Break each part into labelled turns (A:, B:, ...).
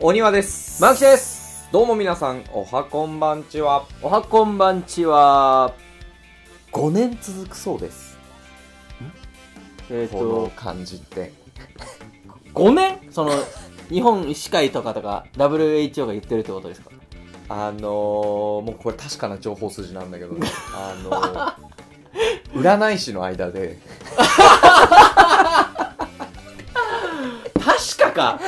A: お庭です。
B: マーキです
A: どうも皆さん、おはこんばんちは。
B: おはこんばんちは、
A: 5年続くそうです。
B: えっ、
A: この
B: と、
A: 感じ って。
B: 5年その、日本医師会とかとか、WHO が言ってるってことですか
A: あのー、もうこれ確かな情報筋なんだけど、ね、あのー、 占い師の間 で、
B: 確かか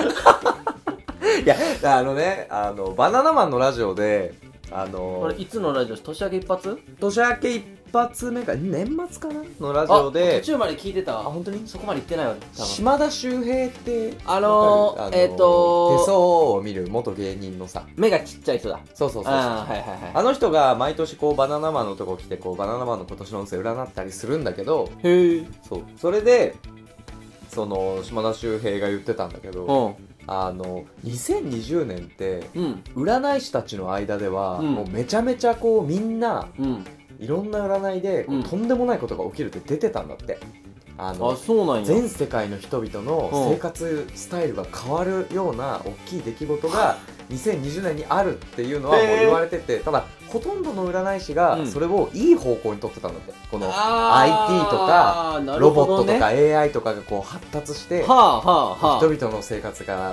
A: いや、あのね、あの、バナナマンのラジオで、あの
B: これ、
A: ー、
B: いつのラジオ年明け一発
A: 年明け一発目か、年末かなのラジオ
B: あ
A: で
B: 途、中まで聞いてたわ。
A: 本当に
B: そこまで言ってないわ、多分。
A: 島田秀平って、
B: あのー
A: わかる
B: えーとー
A: 手相を見る元芸人のさ、
B: 目がちっちゃい人だ。
A: そうそうそうそう。
B: ああ、はいはいは
A: あの人が毎年こうバナナマンのとこ来てこうバナナマンの今年の運勢占ったりするんだけど
B: い。へえ。
A: そうそれでその島田秀平が言ってたんだけど
B: う
A: あの2020年って
B: ん。うん。
A: 占い師たちの間では、
B: うん
A: もうめちゃめちゃこうみんな
B: うん。
A: いろんな占いで、
B: うん
A: とんでもないことが起きるって出てたんだってあの
B: あ、そうなんや。
A: 全世界の人々の生活スタイルが変わるような大きい出来事が2020年にあるっていうのはもう
B: へー
A: 言われててただほとんどの占い師が
B: うん
A: それをいい方向にとってたんだってこの
B: あー、なる
A: ロボ
B: ほ
A: ット
B: どね
A: とか AI とかがこう発達して
B: はあはあはあ
A: 人。々の生活が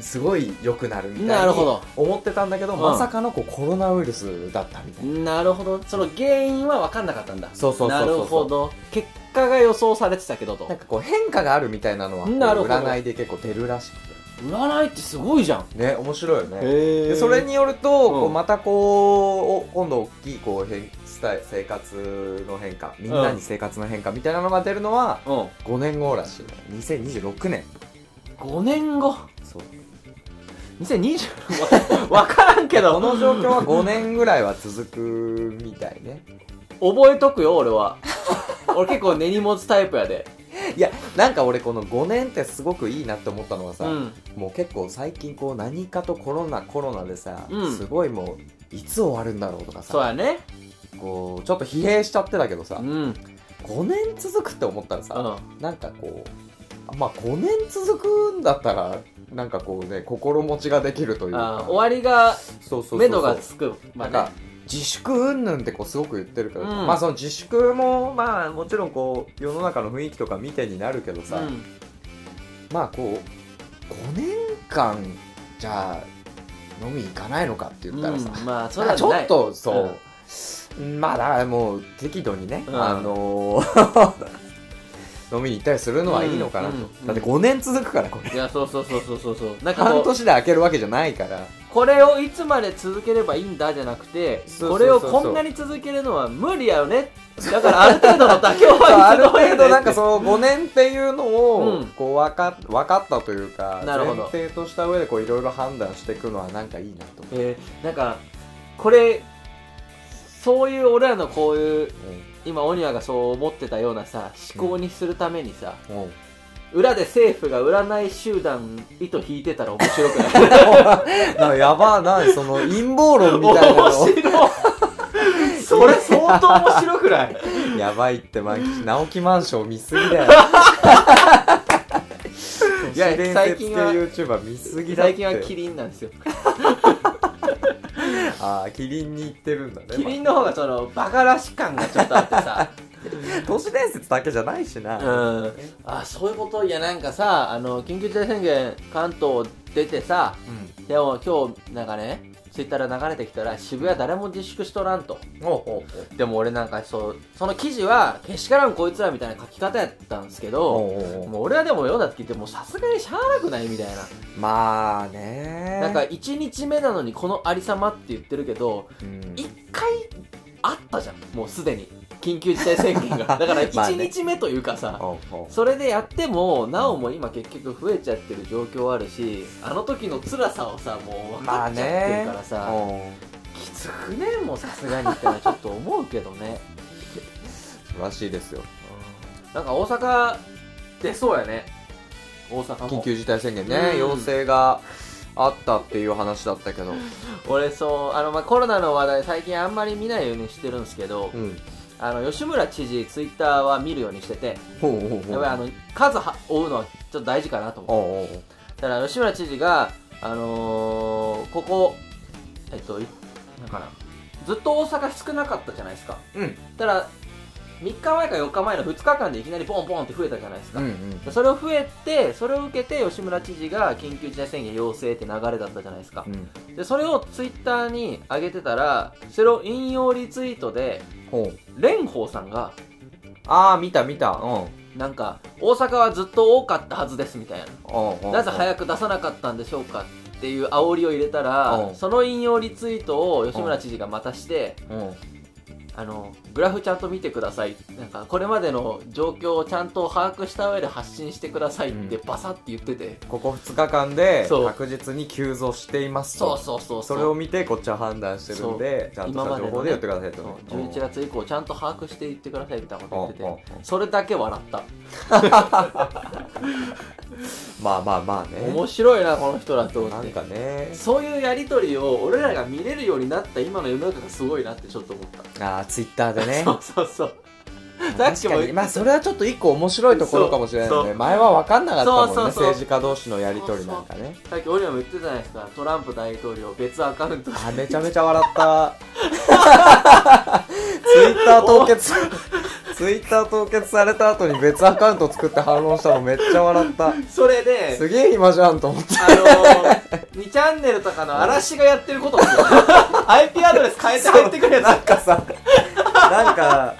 A: すごい良くなるみた
B: ないる
A: に
B: ほど。
A: 思ってたんだけど
B: うん
A: まさかのこうコロナウイルスだったみたいな
B: なるほど。その原因は分かんなかったんだ。
A: そうそうそうそう
B: なるほど。結果が予想されてたけどと
A: なん。かこう変化があるみたいなのはこう
B: なるほど
A: 占いで結構出るらしく
B: 占いってすごいじゃん。
A: てね面白いよね
B: へ
A: でそれ、によると、
B: うん
A: こうまたこうお今度大きいこう変スタイル生活の変化みんなに生活の変化みたいなのが出るのは
B: うん。
A: 5年後らしいね2026年
B: 5年後。
A: そう
B: 2020、わからんけ
A: こ
B: ど、
A: の状況は5年ぐらいは続くみたいね
B: 覚えとくよ、俺は。俺結構根に持つタイプやで。
A: いやなんか俺この5年ってすごくいいなって思ったのが
B: う
A: さ、
B: ん。
A: もう結構最近こう何かとコロナコロナでさ、
B: うん
A: すごいもういつ終わるんだろうとか
B: そう
A: さ
B: やね。
A: こうちょっと疲弊しちゃってたけど
B: う
A: さ、
B: ん。うん。
A: 5年続くって思ったらさ、
B: あ
A: なんかこう、まあ5年続くんだったら、なんかこうね、心持ちができるというか
B: ー、終わりが、
A: そうそうそうそう
B: 目処がつくま
A: なん
B: で
A: か。、自粛云々ってこうすごく言ってるけど、
B: うん
A: まあその自粛も、まあもちろんこう、世の中の雰囲気とか見てになるけど
B: う
A: さ、
B: ん。
A: まあこう、5年間、じゃあ、飲み行かないのかって言ったらさ、
B: うんまあ、そ
A: なん
B: れは
A: か
B: ない
A: ちょっ。とそう、まあだからもう適度にね、
B: うん
A: あのー 飲みに行ったりするのはいいのかなと、
B: うんうん
A: だって5年続くからこれ
B: いや、そうそうそうそうそうそう。なんかこ
A: 半
B: う、
A: 年で開けるわけじゃない から
B: これをいつまで続ければいいんだじゃなくて
A: そうそう
B: こ
A: そう
B: れ
A: そう
B: をこんなに続けるのは無理やよねだからある程度の妥協は
A: あ
B: いつ
A: る
B: の間
A: 程度なんか
B: う
A: その5年っていうの
B: う
A: を
B: ん
A: こう分か分かったというか
B: なるほど
A: 前提とした上でこういろいろ判断していくのはなんかいいな と、
B: えーなんかこれそういう俺らのこういう今オニアがそう思ってたようなさ思考にするためにさ、
A: うん
B: 裏で政府が占い集団糸引いてたら面白くない
A: なんかやばないその陰謀論みたいな
B: 面
A: の
B: 白いそれ相当面白く ない
A: やばいってまあ直木マンション見すぎだよ
B: いや
A: 伝
B: 最
A: 説系
B: 近は
A: YouTuber 見すぎだって
B: 最近はキリンなんですよ
A: ああキリンに行ってる んだね
B: キリンの方がそのバカらし感がちょっとあってさ
A: まあ都市伝説だけじゃないしな、
B: うん、あそういうこといやなんかさあの緊急事態宣言関東出てさ
A: う
B: でも今日なんかねツイッターで流れてきたら渋谷誰も自粛しとらんと
A: ん、おうおうおう
B: でも俺なんかそうその記事はけしからんこいつらみたいな書き方やったんですけど
A: おうおうおう
B: もう俺はでも読んだ時ってもうさすがにしゃあなくないみたいな
A: まあね
B: なんか1日目なのにこのありさまって言ってるけど
A: うん
B: 1回あったじゃんもうすでに緊急事態宣言 がだから
A: まあね
B: 1日目というかさ、
A: おうおう
B: それでやってもなおも今結局増えちゃってる状況あるしあの時の辛さをさもう分
A: ま
B: か
A: あ
B: っちゃってる
A: ね
B: からさ、
A: うん
B: きつくねもうさすがにってのはちょっと思うけどね
A: らしいですよ
B: なんか大阪出そうやね大阪も
A: 緊急事態宣言ね、
B: うん
A: 要請があったっていう話だったけど、
B: 俺そうあの、まあ、コロナの話題最近あんまり見ないようにしてるんですけど、
A: うん、
B: あの吉村知事ツイッターは見るようにしてて、
A: ほうほうほう
B: やっぱりあの数は追うのはちょっと大事かなと思って
A: おうおうおう
B: だから吉村知事があのーここえっといなんかなずっと大阪少なかったじゃないですか
A: うん
B: ただ3日前か4日前の2日間でいきなりポンポンって増えたじゃないです
A: う
B: か、
A: んうん
B: でそれを増えてそれを受けて吉村知事が緊急事態宣言要請って流れだったじゃないですか
A: うん
B: でそれをツイッターに上げてたらそれを引用リツイートで
A: ほう
B: 蓮舫さんが
A: ああ見た見たうん
B: なんか大阪はずっと多かったはずですみたいな
A: うんうん
B: なぜ早く出さなかったんでしょうかっていう煽りを入れたら
A: うん
B: その引用リツイートを吉村知事がまたして
A: うん
B: あのグラフちゃんと見てくださいなんかこれまでの状況をちゃんと把握した上で発信してくださいって
A: う
B: バサって言ってて、
A: ここ2日間で
B: そう
A: 確実に急増しています
B: そ
A: と
B: うそうそう
A: それを見てこっちは判断してるんでちゃんとした情報で言ってくださいと
B: そう11月以降ちゃんと把握していってくださいみたいなこと言
A: うんう
B: っ
A: ん
B: ててそれだけ笑った
A: まあまあまあね
B: 面白いなこの人らと思
A: な
B: っ
A: ん
B: て
A: かね
B: そういうやり取りを俺らが見れるようになった今の世の中がすごいなってちょっと思った
A: ああツイッターでね
B: そうそうそうさっ
A: 確
B: き
A: か
B: も言っ
A: にまあそれはちょっと一個面白いところかもしれない
B: そう
A: ね
B: そう
A: 前は分かんなかったもんね
B: そうそうそう
A: 政治家同士のやり取りなんかね
B: さっき俺らも言ってたじゃないですかトランプ大統領別アカ ウントで
A: あめちゃめちゃ笑ったツイッター凍結ツイッター凍結された後に別アカウント作って反論したのめっちゃ笑った
B: それです
A: げえ暇じゃんと思って
B: あのー、2チャンネルとかの嵐がやって ることですよ IP アドレス変えて入ってくる
A: なん
B: や
A: かさなんかわ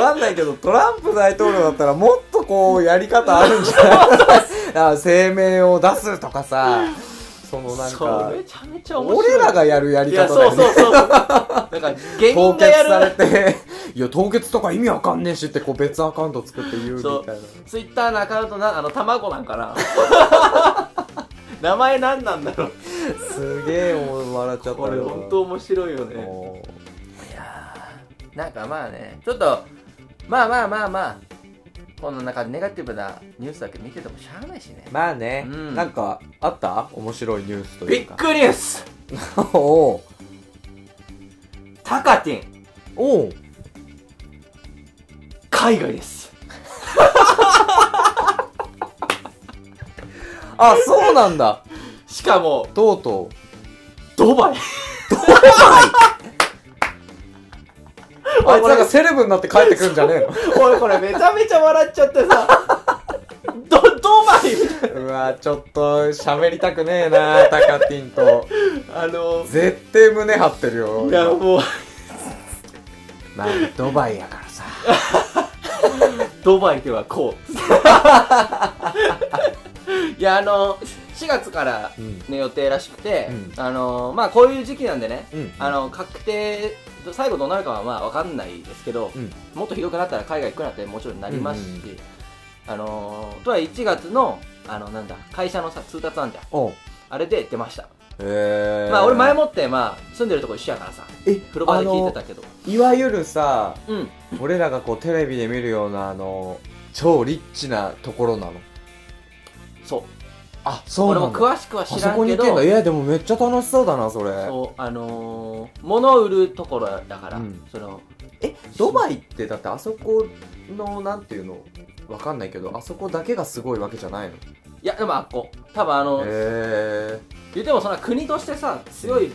A: かんないけどトランプ大統領だったらもっとこうやり方あるんじゃ ないあ声明を出すとかさそのなん
B: つ
A: か
B: そうめちゃめちゃ面白い
A: 俺らがやるやり
B: いや
A: 方
B: そ
A: だ
B: う
A: よ
B: そう
A: ね
B: そうなんか芸
A: 凍結
B: 人が
A: さ
B: や
A: れ
B: る
A: ていや凍結とか意味わかんねえしってこう別アカウント作って言うみた
B: そう
A: いな
B: ツイッターのアカウントなあの卵なんかな名前何なんだろう
A: すげえ笑っちゃった
B: これ本当面白いよね
A: おー
B: いやーなんかまあねちょっとまあまあまあまあこのなんかネガティブなニュースだけ見ててもしゃあないしね
A: まあね、
B: うん
A: なんかあった面白いニュースと
B: ビ
A: いうか
B: ッグニュース
A: おう
B: タカティン
A: おう
B: 海外です
A: あそうなんだ
B: しかも
A: とう と
B: ドバイ
A: うあいつなんかセレブになって帰ってくるんじゃね
B: おいこれめちゃめちゃ笑っちゃってさ ドドバイみたい
A: え のうわちょっと喋りたくねえなタカティンと
B: なあの
A: 絶対胸張ってるよ
B: いやもう
A: まあドバイやからさ
B: ドバイではこういやあの4月から
A: うん
B: の予定らしくて、
A: うん
B: あのまあこういう時期なんでね、
A: うん
B: あの確定最後どうなるかはまあ分かんないですけど、
A: うん
B: もっとひどくなったら海外行くなってもちろんなりますし、
A: うんうん
B: あのとは1月のあのなんだ会社のさ通達あんじゃん
A: おう
B: あれで出ました、
A: へえ
B: まあ俺前もってまあ住んでるとこ一緒やからさ
A: え
B: 風呂場で聞いてたけど
A: あのいわゆるさ
B: うん
A: 俺らがこうテレビで見るようなあの超リッチなところなの
B: そう
A: あそう
B: 俺
A: な
B: も
A: んだ
B: 詳しくは
A: あ
B: 知
A: そ
B: ら
A: こ
B: ん
A: に
B: け
A: 行けん
B: ど
A: だいやでもめっちゃ楽しそうだなそれ
B: そうあのー、物を売るところだから、
A: うん
B: その
A: えドバイってだってあそこのなんていうのわかんないけどあそこだけがすごいわけじゃないの
B: いやでもあっこ多分あの、
A: へえ
B: 言ってもそんな国としてさ強い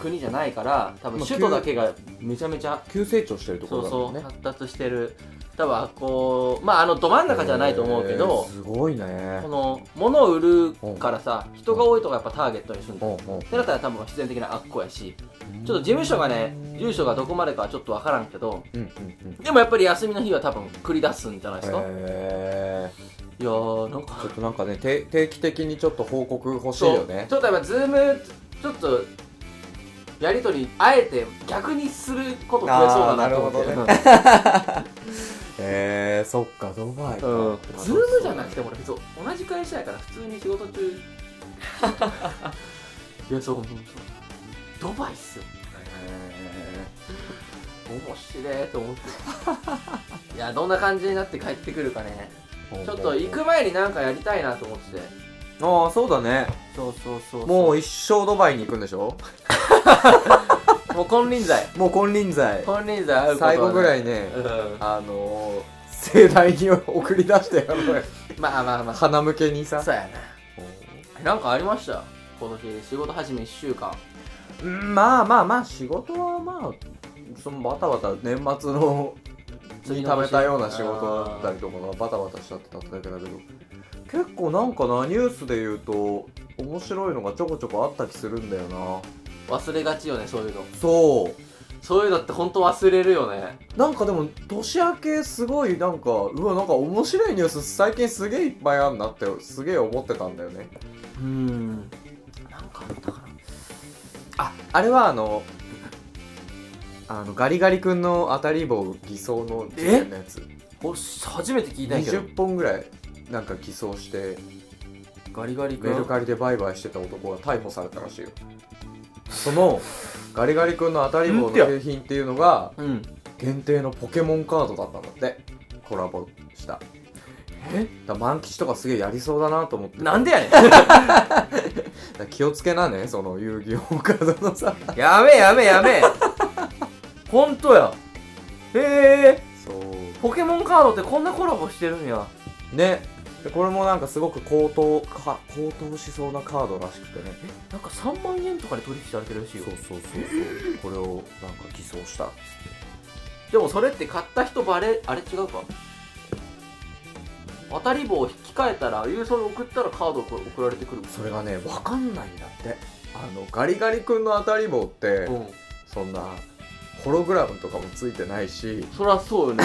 B: 国じゃないから多分
A: まあ
B: 首都だけがめちゃめちゃ
A: 急成長してるところ
B: そう
A: だも
B: そ
A: ん
B: う
A: ね
B: 発達してる多分あっこまああのど真ん中じゃないと思うけど
A: へーすごいね
B: この物を売るからさ人が多いとこやっぱターゲットにするんだ
A: うんう
B: よ
A: ん
B: ってなったら多分必然的なあっこやし
A: うん
B: ちょっと事務所がね住所がどこまでかはちょっとわからんけど
A: うんうんうん
B: でもやっぱり休みの日は多分繰り出すんじゃないですか、
A: へえ
B: いやーなんか
A: ちょっとなんかねて定期的にちょっと報告欲しい
B: そう
A: よね
B: ちょっとやっぱズームちょっとやりとりあえて逆にすること増えそうだなと思って
A: あーなるほどねへえそっかドバイか
B: うんうんズームじゃなくても俺別に同じ会社やから普通に仕事 中いやそう本当ドバイっすよ面白いと思っていやどんな感じになって帰ってくるかねちょっと行く前になんかやりたいなと思ってて
A: ああそうだね
B: そうそうそう
A: も
B: も
A: う
B: う
A: 一生ドバイに行くんでしょ
B: もう金輪 際
A: もう金輪際
B: 金輪際会うことは
A: 最後ぐらいね
B: うん
A: あのー、盛大に送り出してやろうよ
B: まあまあまあ
A: 鼻向けにさ
B: そうやななんかありました今年仕事始め1週間
A: うんまあまあまあ仕事はまあそのバタバタ年末のに貯めたような仕事だったりとかがバタバタしちゃってたってだけだけど結構なんかなニュースで言うと面白いのがちょこちょこあった気するんだよな
B: 忘れがちよねそういうの
A: そう
B: そういうのって本当忘れるよね
A: なんかでも年明けすごいなんかうわなんか面白いニュース最近すげえいっぱいあんなってすげえ思ってたんだよね
B: うんなんかあったかな
A: ああれはあのあのガリガリ君の当たり棒偽装の事件のやつ
B: お初めて聞いたんやけど
A: 20本ぐらいなんか偽装して
B: ガリガリ君
A: メルカリで売買してた男が逮捕されたらしいよ そのガリガリ君の当たり棒の景品っていうのが
B: うん
A: 限定のポケモンカードだったんだってコラボした
B: え
A: だから万吉とかすげえやりそうだなと思って
B: なんでやねん
A: だから気をつけなねその遊戯王カードのさ
B: やめやめやめ本当やへえ
A: そう
B: ポケモンカードってこんなコラボしてるんや
A: ねでこれもなんかすごく高騰か高騰しそうなカードらしくてね
B: なんか3万円とかで取引されてるらしい
A: そう
B: よ
A: そうそうそうこれをなんか偽装したっつって
B: でもそれって買った人バレあれ違うか当たり棒を引き換えたら郵送で送ったらカードこ送られてくる
A: それがね分かんないんだってあのガリガリ君の当たり棒って、
B: うん
A: そんなホログラムとかもついてないし
B: そりゃそう よね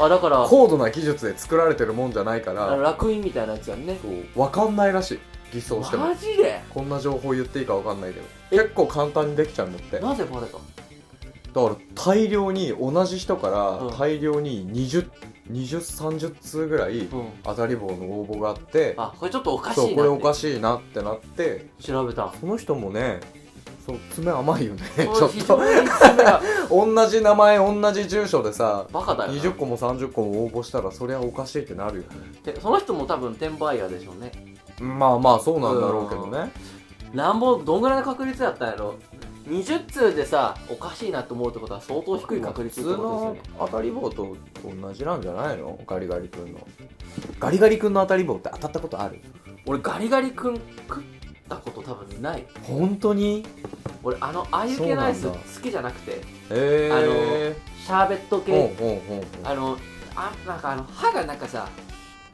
B: あだから
A: 高度な技術で作られてるもんじゃないか
B: あの
A: ら
B: 楽印みたいなやつやんね
A: 分かんないらしい偽装しても
B: マジで
A: こんな情報言っていいか分かんないけど
B: え
A: 結構簡単にできちゃうんだってだか
B: なぜバレた
A: ら大量に同じ人か
B: うん
A: ら大量に2030通ぐらい
B: うん
A: 当たり棒の応募があって
B: あこれちょっとおかしいな
A: そ
B: っ
A: う
B: て
A: これおかしいなってなって
B: 調べた
A: その人もねそう爪甘いよね ち
B: そ
A: ょ
B: う
A: っ
B: 非
A: と
B: 常に爪が
A: 同じ名前同じ住所でさ
B: バカだよな
A: 20個も30個も応募したらそりゃおかしいってなるよね
B: でその人も多分転売ヤーでしょうね
A: まあまあそうなんだろうけどね
B: なんぼどんぐらいの確率だったんやろ20通でさおかしいなと思うってことは相当低い確率って
A: 普通
B: ことですよ
A: の
B: ね
A: 当たり棒と同じなんじゃないのガリガリ君のガリガリ君の当たり棒って当たったことある
B: 俺ガリガリ君食ったこと多分ない
A: 本当に
B: 俺あのああいう系のアイス
A: そう
B: 好
A: なんだ
B: きじゃなくて
A: え
B: シャーベット
A: えー、
B: 系
A: ほうほうほうほう
B: あのあなんかあの歯がなんかさ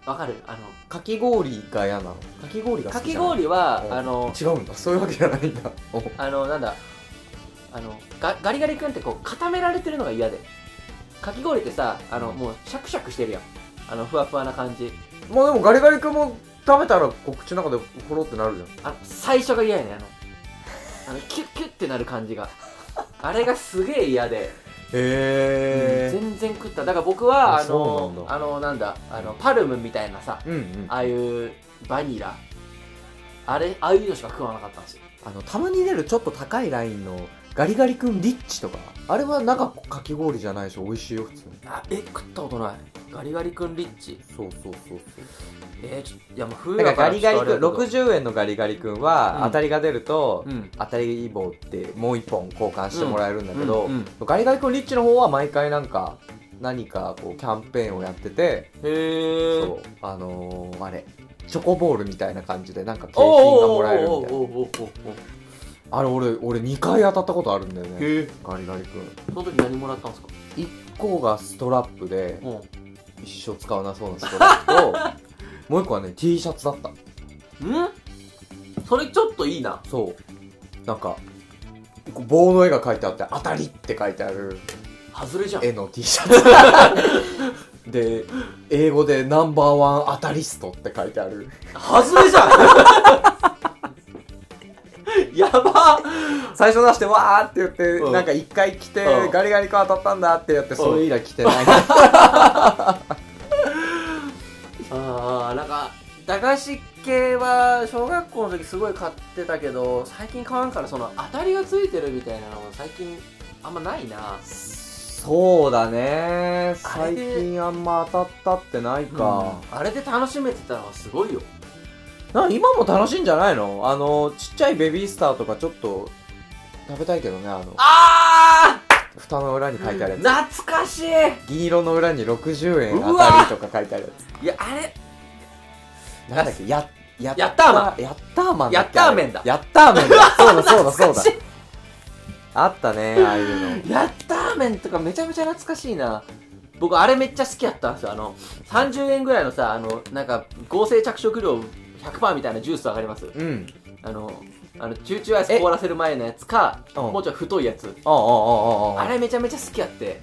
B: わかるあの
A: かき氷が嫌なのかき氷が好
B: か
A: き
B: き
A: じゃない
B: 氷は
A: うん
B: あの
A: 違うんだそういうわけじゃないんだおう
B: あのなんだあのガガリガリ君ってこう固められてるのが嫌でかき氷ってさあのもうシャクシャクしてるやんあのふわふわな感じ
A: まあでもガリガリ君も食べたらこう口の中でほろってなるじゃん
B: あの最初が嫌やねあのあのキュッキュッってなる感じがあれがすげえ嫌で、
A: へえ
B: 全然食っただから僕は
A: あ
B: あ
A: そうなん
B: の
A: だ
B: あのなんだあのパルムみたいなさ
A: うんうん
B: ああいうバニラあれああいうのしか食わなかったんですよ
A: あのたまに出るちょっと高いラインのガリガリ君リッチとかあれはなんかかき氷じゃないでしょ美味しいよ普通に
B: あえ食ったことないガリガリ君リッチ
A: そうそうそうそう
B: えー、ちょいやもう冬
A: だ
B: だ
A: か
B: から
A: らガリガリ
B: ちょ
A: 君
B: っとあれやけど
A: 60円のガリガリ君は
B: うん
A: 当たりが出ると、
B: うん
A: 当たり棒ってもう1本交換してもらえるんだけど、
B: うんうん
A: ガリガリ君リッチの方は毎回なんか何かこうキャンペーンをやってて、
B: へえ
A: そうあのーあれチョコボールみたいな感じでなんか景品が
B: お
A: も
B: お
A: らえるみ
B: ー
A: たいな
B: おーおーおーおーおー
A: あれ俺俺2回当たったことあるんだよ
B: お
A: ね
B: ーへえ
A: ガリガリ君
B: その時何もらったんですか
A: 1個がストラップで
B: うん
A: 一生使わなそうなストラ ップともう1個はね T シャツだった
B: んそれちょっといいな
A: そうなんかこう棒の絵が書いてあって「当たり」って書いてある
B: 外れじゃん
A: 絵の T シャ ツで英語で「ナンバーワン当たりスト」って書いてある
B: 外れじゃんやば
A: 最初出して「わー」って言って、
B: うん
A: なんか1回来て、
B: うん
A: ガリガリ君当たったんだってやって、それ以来来 てない
B: あーなんか駄菓子系は小学校の時すごい買ってたけど最近買わんからその当たりがついてるみたいなのが最近あんまないな
A: そうだね
B: あれ
A: 最
B: で
A: 近あんま当たったってないか、
B: うんあれで楽しめてたのはすごいよ
A: なんか今も楽しいんじゃないのあのちっちゃいベビースターとかちょっと食べたいけどねあの
B: あ
A: 蓋の裏に書いてあるやつ
B: あ懐かしい
A: 銀色の裏に60円当たりとか書いてあるや
B: いやあれ
A: つなんだっけやや
B: やったーマ
A: ンやったーマン
B: やったーメンだ
A: やったーメンだそうだそうだそうだあったねああいうの
B: やったーメンとかめちゃめちゃ懐かしいな僕あれめっちゃ好きやったんですよあの30円ぐらいのさあのなんか合成着色料100%みたいなジュースわかります
A: うん
B: あのあのチューチューアイス凍らせる前のやつか
A: うん
B: もうちょい太いやつ
A: あああああ
B: あ
A: ああ
B: れめちゃめちゃ好きやって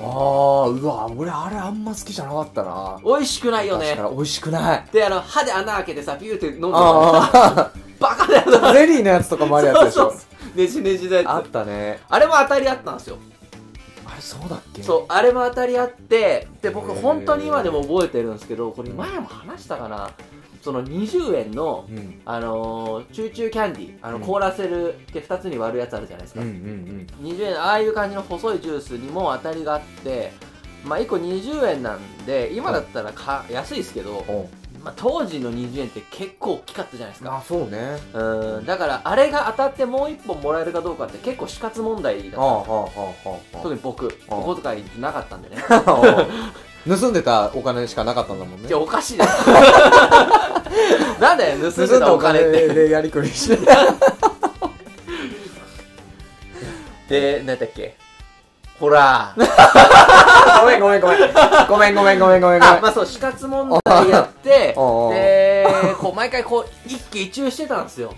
A: ああうわ俺あれあんま好きじゃなかったな
B: 美味しくないよね
A: 確かに美味しくない
B: であの歯で穴開けてさビューって飲んでたバ
A: あ
B: カだよ
A: あゼリーのやつとかもあるやつでし
B: そう
A: ょ
B: そうそうねじねじだやつ
A: あっ
B: あ
A: たね
B: れも当たりあったんですよ
A: あれそうだっけ
B: そうあれも当たりあってで僕
A: へー
B: 本当に今でも覚えてるんですけどこれ前も話したかなその20円の
A: うん
B: あのー、チューチューキャンディあの
A: うん
B: 凍らせるって2つに割るやつあるじゃないです
A: う
B: か、
A: んうん
B: 20円ああいう感じの細いジュースにも当たりがあってまあ1個20円なんで今だったらか、安いですけど
A: う、んお
B: まあ、当時の20円って結構大きかったじゃないですか
A: あそうね
B: うんだからあれが当たってもう1本もらえるかどうかって結構死活問題だ
A: ああ
B: っ
A: はあはあ
B: た
A: は
B: 特に僕
A: あ
B: お小遣いなかったんでね
A: あはあ 盗んでたお金しかなかったんだもんね
B: いやおかしい ななんだよ盗んでたお金って
A: でやりくりして
B: で何だっけほら
A: ごめんごめんごめんごめんごめんごめんごめんごめん
B: あまあそう死活問題やって
A: おうおう
B: でこう毎回こう一喜一憂してたんですよ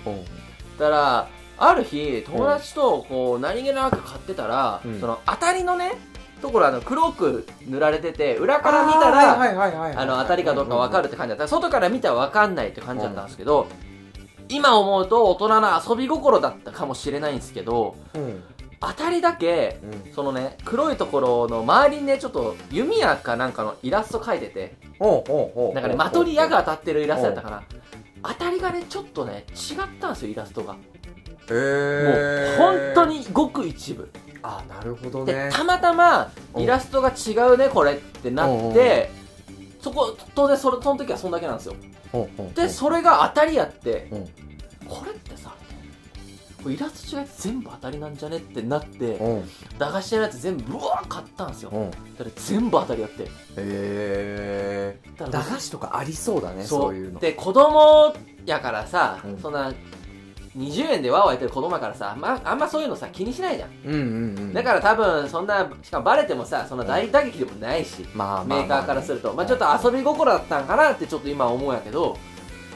B: だからある日友達とこう何気なく買ってたら、
A: うん
B: その当たりのねところあの黒く塗られてて裏
A: だ
B: から見たら
A: はいはいはいはい
B: あの当たりかどうか分かるって感じだった外から見たら分かんないって感じだったんですけど、今思うと大人の遊び心だったかもしれないんですけど
A: うんうん
B: 当たりだけそのね黒いところの周りにねちょっと弓矢かなんかのイラスト描いてて
A: おうおうおう
B: なんかねまとり矢が当たってるイラストだったかな当たりがねちょっとね違ったんですよイラストがも
A: へ
B: う
A: え
B: 本当にごく一部
A: あなるほど
B: で
A: ね
B: たまたまイラストが違うねこれってなってそこ当然それその時はそんだけなんですよ
A: ほうほうほう
B: でそれが当たりやって、
A: うん
B: これってさこれイラスト違い全部当たりなんじゃねってなって
A: うん
B: 駄菓子屋のやつ全部うわー買ったんですよ
A: うんへ
B: だから全部当たりやって
A: え
B: だ
A: 駄菓子とかありそうだね
B: そ
A: そうういうの
B: で子供やからさ、
A: うん
B: そんな20円でわーわー言ってる子供やからさ、まあんまそういうのさ気にしないじゃん、
A: うんうんうん
B: だから多分そんなしかもバレてもさそんな大打撃でもないし、
A: まあまあまあ
B: メーカーからすると、まあ、ちょっと遊び心だったんかなってちょっと今思うんやけど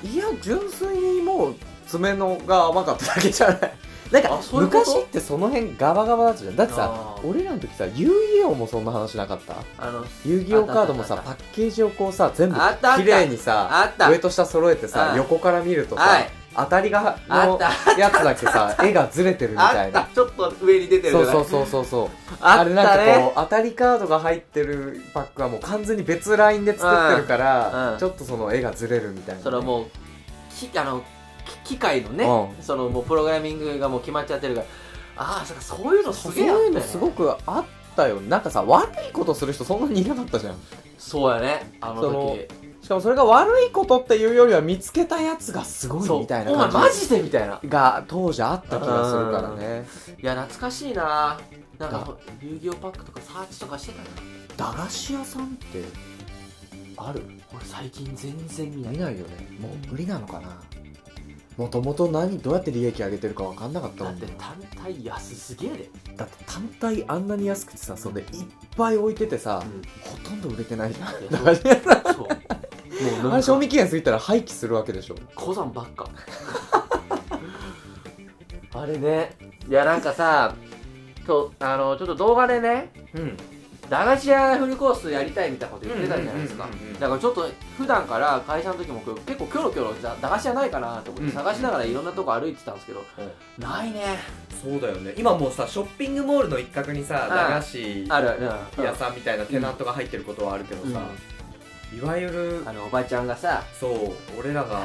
A: いや純粋にもう爪のが甘かっただけじゃ ないなんか
B: あそういうこと
A: 昔ってその辺ガバガバだったじゃんだって
B: あ
A: さ
B: ー
A: 俺らの時さ遊戯王もそんな話なかった
B: あの
A: 遊戯王カードも
B: あっ
A: さ
B: た
A: パッケージをこうさ全部
B: あったあった
A: 綺麗にさ
B: あった
A: 上と下揃えて
B: あ
A: さ
B: あ
A: 横から見ると
B: は
A: さ
B: い
A: 当たりが
B: あっ
A: の
B: た
A: やつだけさ絵がずれてるみた
B: あ
A: い
B: った
A: な
B: ちょっと上に出てるじ
A: そ
B: ゃ
A: う
B: ない
A: そうそうそうそう
B: あ
A: あ
B: っ
A: れなん
B: た
A: かこ
B: ね
A: う当たりカードが入ってるパックはもう完全に別ラインで作ってるか
B: うんう
A: ら
B: ん
A: ちょっとその絵がずれるみたいな
B: それはもうきあのき機械のね、
A: う
B: そのもうプログラミングがもう決まっちゃってるからああそうかそういうのす
A: そう
B: げえあっ
A: い
B: たよ
A: う
B: ね
A: のすごくあったよなんかさ悪いことする人そんなにいなかったじゃん
B: そうやねあの
A: その
B: 時
A: しかもそれが悪いことっていうよりは見つけたやつがすご
B: そ
A: いうみたいな
B: お前
A: 感じ
B: マジでみたいな
A: が当時あった気がするからね
B: いや懐かしいななんかそう遊戯王パックとかサーチとかしてたな
A: 駄菓子屋さんってある
B: 俺最近全然見ない
A: 見ないよねもう無理なのかなもともと何どうやって利益上げてるか分かんなかったも
B: だっ
A: ん
B: て単体安すぎ るで、
A: だって単体あんなに安くてさそんでいっぱい置いててさ、ほとんど売れてないじゃん
B: いや
A: 駄菓 子屋さん
B: そうもう
A: あ
B: なん
A: れ賞
B: か
A: 味期限過ぎたら廃棄するわけでしょ
B: 小山ばっか あれねいやなんかさとあのちょっと動画でね
A: うん
B: 駄菓子屋フルコースやりたいみたいなこと言ってたじゃないですか
A: うんうんうんうん
B: だからちょっと普段から会社の時も結構キョロキョロ駄菓子屋ないかなと思って探しながらいろんなとこ歩いてたんですけど、ないね
A: そうだよね今もうさショッピングモールの一角にさ
B: うん
A: 子
B: あるね
A: 屋さんみたいなテナントが入ってることはあるけどさ、いわゆる
B: あのおばちゃんがさ、
A: そう俺らが
B: は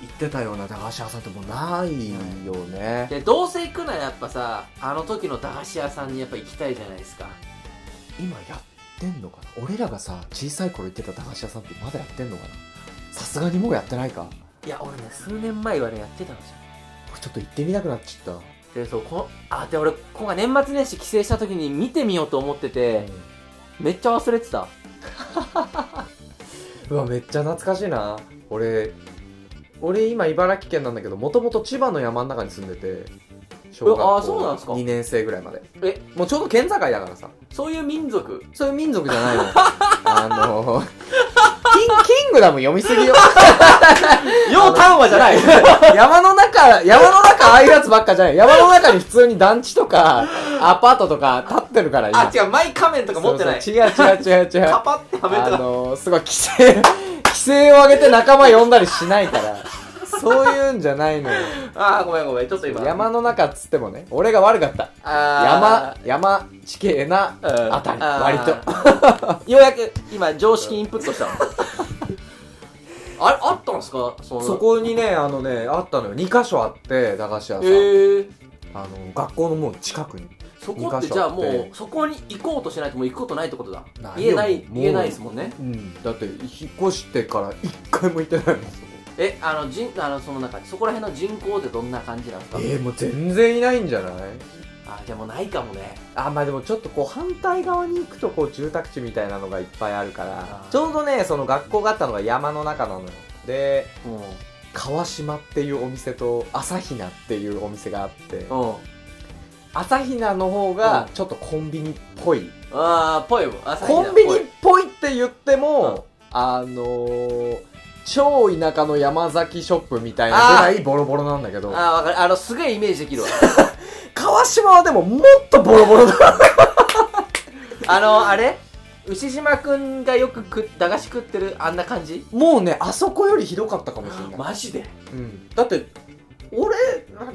A: 行ってたような駄菓子屋さんってもうないよ
B: い
A: ね、
B: でどうせ行くならやっぱさあの時の駄菓子屋さんにやっぱ行きたいじゃないですか
A: 今やってんのかな俺らがさ小さい頃行ってた駄菓子屋さんってまだやってんのかなさすがにもうやってないか
B: いや俺ね数年前はねやってたんですよ
A: 俺ちょっと行ってみたくなっちゃっ
B: でそうこあで俺今回年末年始帰省した時に見てみようと思って
A: た、
B: て、めっちゃ忘れてた
A: うわめっちゃ懐かしいな俺俺今茨城県なんだけどもともと千葉の山の中に住んでて小
B: えあーそうなんですか
A: 2年生ぐらいまで
B: え
A: もうちょうど県境だからさ
B: そういう民族
A: そういう民族じゃないのあのー キンキングダム読みす ぎよ
B: よう丹波じゃない
A: 山の中山の中ああいうやつばっかじゃない山の中に普通に団地とかアパートとか建ってるから今
B: あ違うマイ仮面とか持ってない
A: そうそう違う違う違う違う
B: カパってはめ
A: あ
B: たら
A: のー、すごい規制、 規制を上げて仲間呼んだりしないから、そういうんじゃないのよ。
B: あーごめんごめんちょっと今
A: 山の中っつってもね、俺が悪かった。
B: あ
A: 山、山地形な
B: うん
A: あたり、
B: あー
A: 割と。
B: ー ようやく今常識インプットし たのあれあったんですかその
A: そこにね、あのね、あったのよ。2箇所あって、駄菓子屋さん。
B: へえ
A: あの、学校のもう近くに。
B: そこっ
A: 二
B: て
A: 箇所
B: じゃあも
A: あって
B: うそこに行こうとしないともう行くことないってことだ
A: ない
B: 言え
A: よ
B: ない
A: もう
B: 言えないですもんね
A: うん。だって、引っ越してから一回も行ってないもん。
B: えあの人あのその中そこら辺の人口ってどんな感じなんですか
A: えー、もう全然いないんじゃない
B: あでもないかもね
A: あまあでもちょっとこう反対側に行くとこう住宅地みたいなのがいっぱいあるか
B: あ
A: ら
B: ー
A: ちょうどねその学校があったのが山の中なのよで
B: うん
A: 川島っていうお店と朝比奈っていうお店があって
B: うん
A: 朝比奈の方
B: う
A: が
B: ん
A: ちょっとコンビニっぽい
B: ああぽいもんあ
A: コンビニっ
B: ぽ
A: ぽ
B: い
A: いって言ってもあのー超田舎の山崎ショップみたいなぐらいボロボロなんだけど
B: ああわかるあのすげえイメージできる わ
A: 川島はでももっとボロボロだ
B: あのあれ牛島くんがよくく駄菓子食ってるあんな感じ
A: もうねあそこよりひどかったかもしれない
B: マジで
A: うんだって俺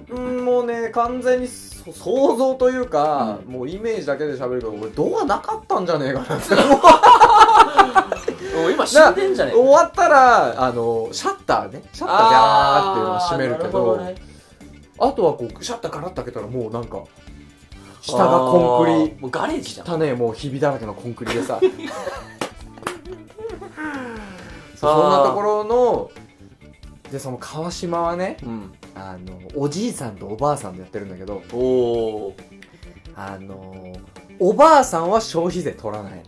A: うんもうね完全にそ想像というか、
B: う
A: もうイメージだけで喋るけど俺ドアなかったんじゃねえかな
B: もう今死んでんじゃねえ
A: 終わったらあのシャッターねシャッターであーっていうのを閉めるけどあ
B: なるほね
A: とはこうシャッターガラッと開けたらもうなんか下がコンク
B: あーもうガレージじゃ
A: リ
B: ん
A: たねもうひびだらけのコンクリで さそうそんなところのでその川島はね
B: うん
A: あのおじいさんとおばあさんでやってるんだけど
B: おお
A: あのーおばあさんは消費税取らないのよ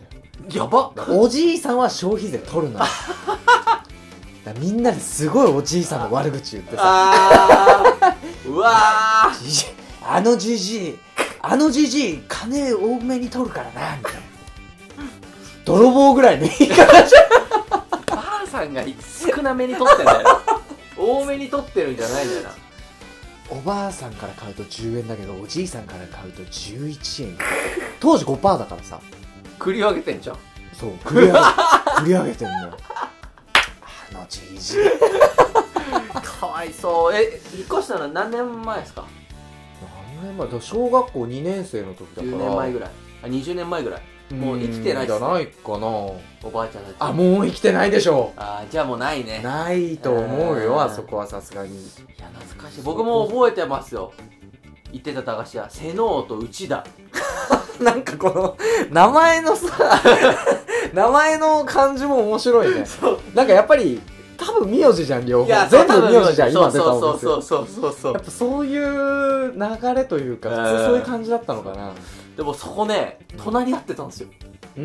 B: やば
A: だからおじいさんは消費税取る のよだからみんなですごいおじいさんの悪口言ってさ
B: あーうわー
A: じじいあのじじいあのじじい金多めに取るからなみたいな泥棒ぐらいの言い方
B: ばあさんが少なめに取ってんだよ多めに取ってるんじゃないんだよな
A: おばあさんから買うと10円だけどおじいさんから買うと11円当時5%だからさ
B: 繰り分けてんじゃん
A: そう繰り上げ繰り上げてんのよあのじじい
B: かわいそうえ引っ越したのは何年前ですか
A: 何年前だから小学校2年生の時だから
B: 10年前ぐらいあ20年前ぐらいもう生きてないっ
A: んじ
B: すね
A: ゃないかな
B: おばあちゃんたち
A: あもう生きてないでしょ
B: あーじゃあもうないね
A: ないと思うよ
B: あー
A: あそこはさすが に
B: いや懐かしい僕も覚えてますよ行ってた駄菓子屋瀬能と内田
A: なんかこの名前の さ名前の感じも面白 いね
B: そう
A: なんかやっぱり多分名字じゃん両方全部名字じゃん今出たお店
B: そうそうそうそうそ
A: や
B: う
A: っぱそういう流れというか
B: えー
A: 普通そういう感じだったのかな
B: でもそこね隣り合ってたんですよ
A: うー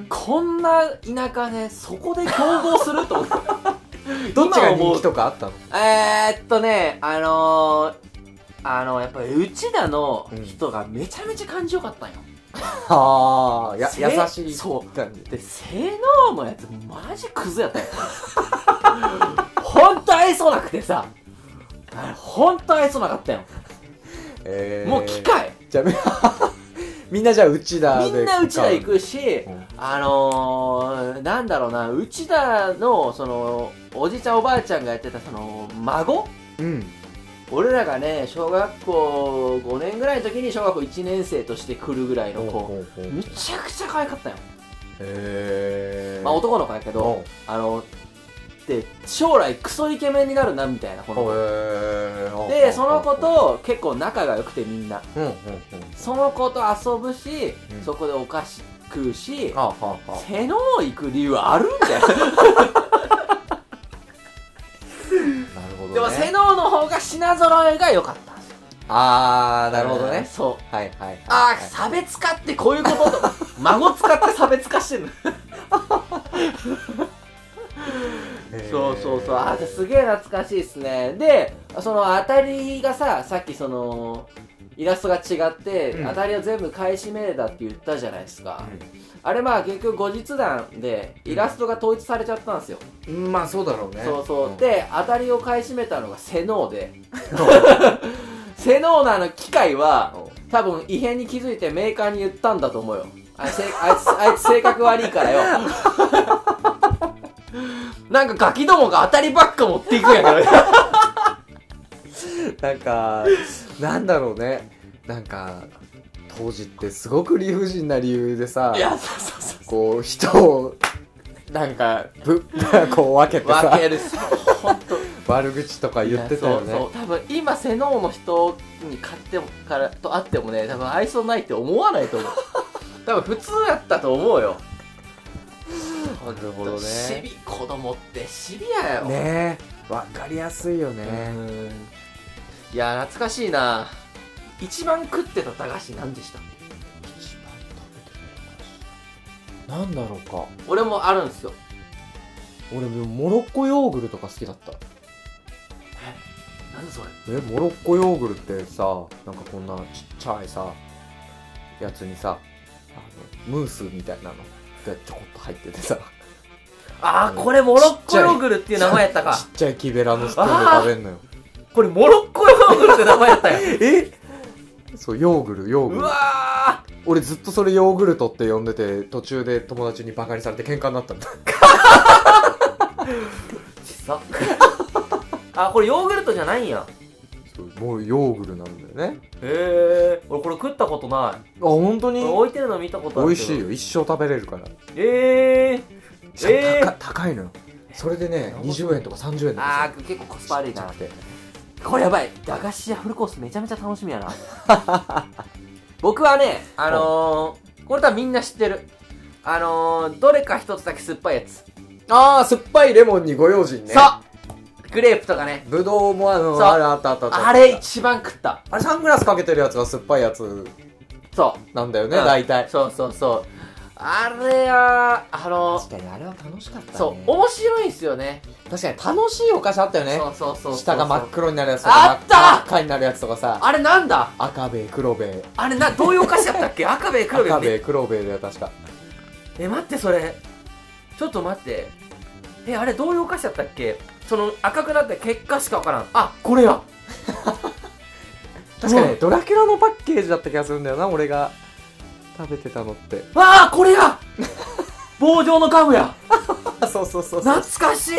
A: ん
B: こんな田舎ねそこで競合すると思って
A: どっちが
B: 今思
A: 人
B: う
A: 気とかあったの
B: えー、っとね、あのー、あの、やっぱり内田の人がめちゃめちゃ感じよかったんよ。
A: ああや
B: せ
A: 優しい
B: そ
A: 感じ
B: で、性能のやつ、マジクズやっ たよ。ほんと愛想なくてさ、あれほんと愛想なかったよ。
A: えー
B: もう機械、
A: じゃあ みみんなじゃあ内田で
B: みんな内田行
A: う
B: くし、
A: ん
B: あのー、なんだろうな、内田の、その、おじいちゃんおばあちゃんがやってた、その、孫
A: うん
B: 俺らがね小学校5年ぐらいの時に小学校1年生として来るぐらいの子めちゃくちゃ可愛かったよ、
A: へえ
B: まあ男の子やけど、あので将来クソイケメンになるなみたいなこの子
A: へえ
B: でその子と結構仲が良くてみんな
A: うんうんうん
B: その子と遊ぶし、
A: うん
B: そこでお菓子食うし
A: あはあは
B: 瀬能行く理由あるん だよ
A: あなるほどね
B: でも瀬能の方が品揃えが良かったんですよ
A: ああなるほどね
B: そう
A: はいはい
B: あ
A: は
B: あ、差別化ってこういうこと と。孫使って差別化してんの。
A: い
B: そうそうそうそうあーすげえ懐かしいですねでその当たりがささっきそのイラストが違って、
A: うん
B: 当たりを全部買い占めだって言ったじゃないですか、
A: う
B: あれまあ結局後日談でイラストが統一されちゃったんですよ、
A: んまあそうだろうね
B: そうそう、
A: ん
B: で当たりを買い占めたのがセノーで セノーなの機械は多分異変に気づいてメーカーに言ったんだと思うよあせあいつあいつ性格悪いからよ なんかガキどもが当たりばっか持っていくんやから
A: なんかなんだろうねなんか当時ってすごく理不尽な理由でさ
B: いやそうそうそう
A: こう人をなんかぶ こう分けてさ
B: 分けるし本当
A: 悪口とか言ってたよ
B: いやそう
A: ね
B: そう多分今セノーの人に買ってもからと会ってもね多分愛想ないって思わないと思う多分普通やったと思うよ
A: なるほどね
B: シビ子供ってシビアやよ
A: ねえ分かりやすいよ
B: う
A: ね
B: ーんいや懐かしいな一番食ってた駄菓子何でした
A: 一番食べてないなんだろうか
B: 俺もあるんですよ
A: 俺でもモロッコヨーグルとか好きだった
B: 何それ
A: えモロッコヨーグルってさなんかこんなちっちゃいさやつにさあのムースみたいなのがちょこっと入っててさ
B: ああこれモロッコヨーグルっていう名前やったか
A: ちっちゃい木べらのスプーンで食べんのよ
B: これモロッコヨーグルって名前やったよ
A: えそうヨーグルヨーグ
B: う
A: ル
B: わー
A: 俺ずっとそれヨーグルトって呼んでて途中で友達にバカにされて喧嘩になったんだ
B: ちさ あこれヨーグルトじゃないんや
A: そうもうヨーグルなんだよね
B: へえ俺これ食ったことな
A: あ本当
B: い
A: に
B: 俺置いてるの見たことあ
A: 美
B: る
A: 味
B: けど
A: しいよ一生食べれるから
B: ええ
A: しかも
B: えー
A: 高高いのよそれでね20円とか30円と
B: あ
A: か
B: ー結構コスパ
A: さ
B: 悪
A: ち
B: い
A: っちゃ
B: な
A: くて
B: これやばい駄菓子屋フルコースめちゃめちゃ楽しみや な僕はねあのー、これ多分みんな知ってるあのー、どれか一つだけ酸っぱいやつ、
A: ああ酸っぱいレモンにご用心ね
B: そうグレープとかね
A: ぶどうもあ
B: そう
A: のあれあったあったあった
B: あれ一番食った
A: あれサングラスかけてるやつが酸っぱいやつ
B: そ
A: なんだよ
B: う
A: ね、大体
B: そうそうそうあれはあのー
A: かにあれは楽しかった
B: そう面白いんすよね
A: 確かに楽しいお菓子あったよね
B: そうそうそうそう
A: 下が真っ黒になるやつと
B: あ
A: か
B: った
A: 真っ赤になるやつとかさ
B: あれなんだ
A: 赤べえ黒べえ
B: あれなどういうお菓子だった っけ赤べえ黒べえ
A: 赤べえ黒べえだよ確か
B: え待ってそれちょっと待ってえあれどういうお菓子だったっけその赤くなった結果しかわからんあこれや
A: 確か
B: う
A: に
B: ん
A: ドラキュラのパッケージだった気がするんだよな俺が食べてたの って
B: あーこれ や棒状のガムや
A: あそうそうそうそう
B: 懐かしい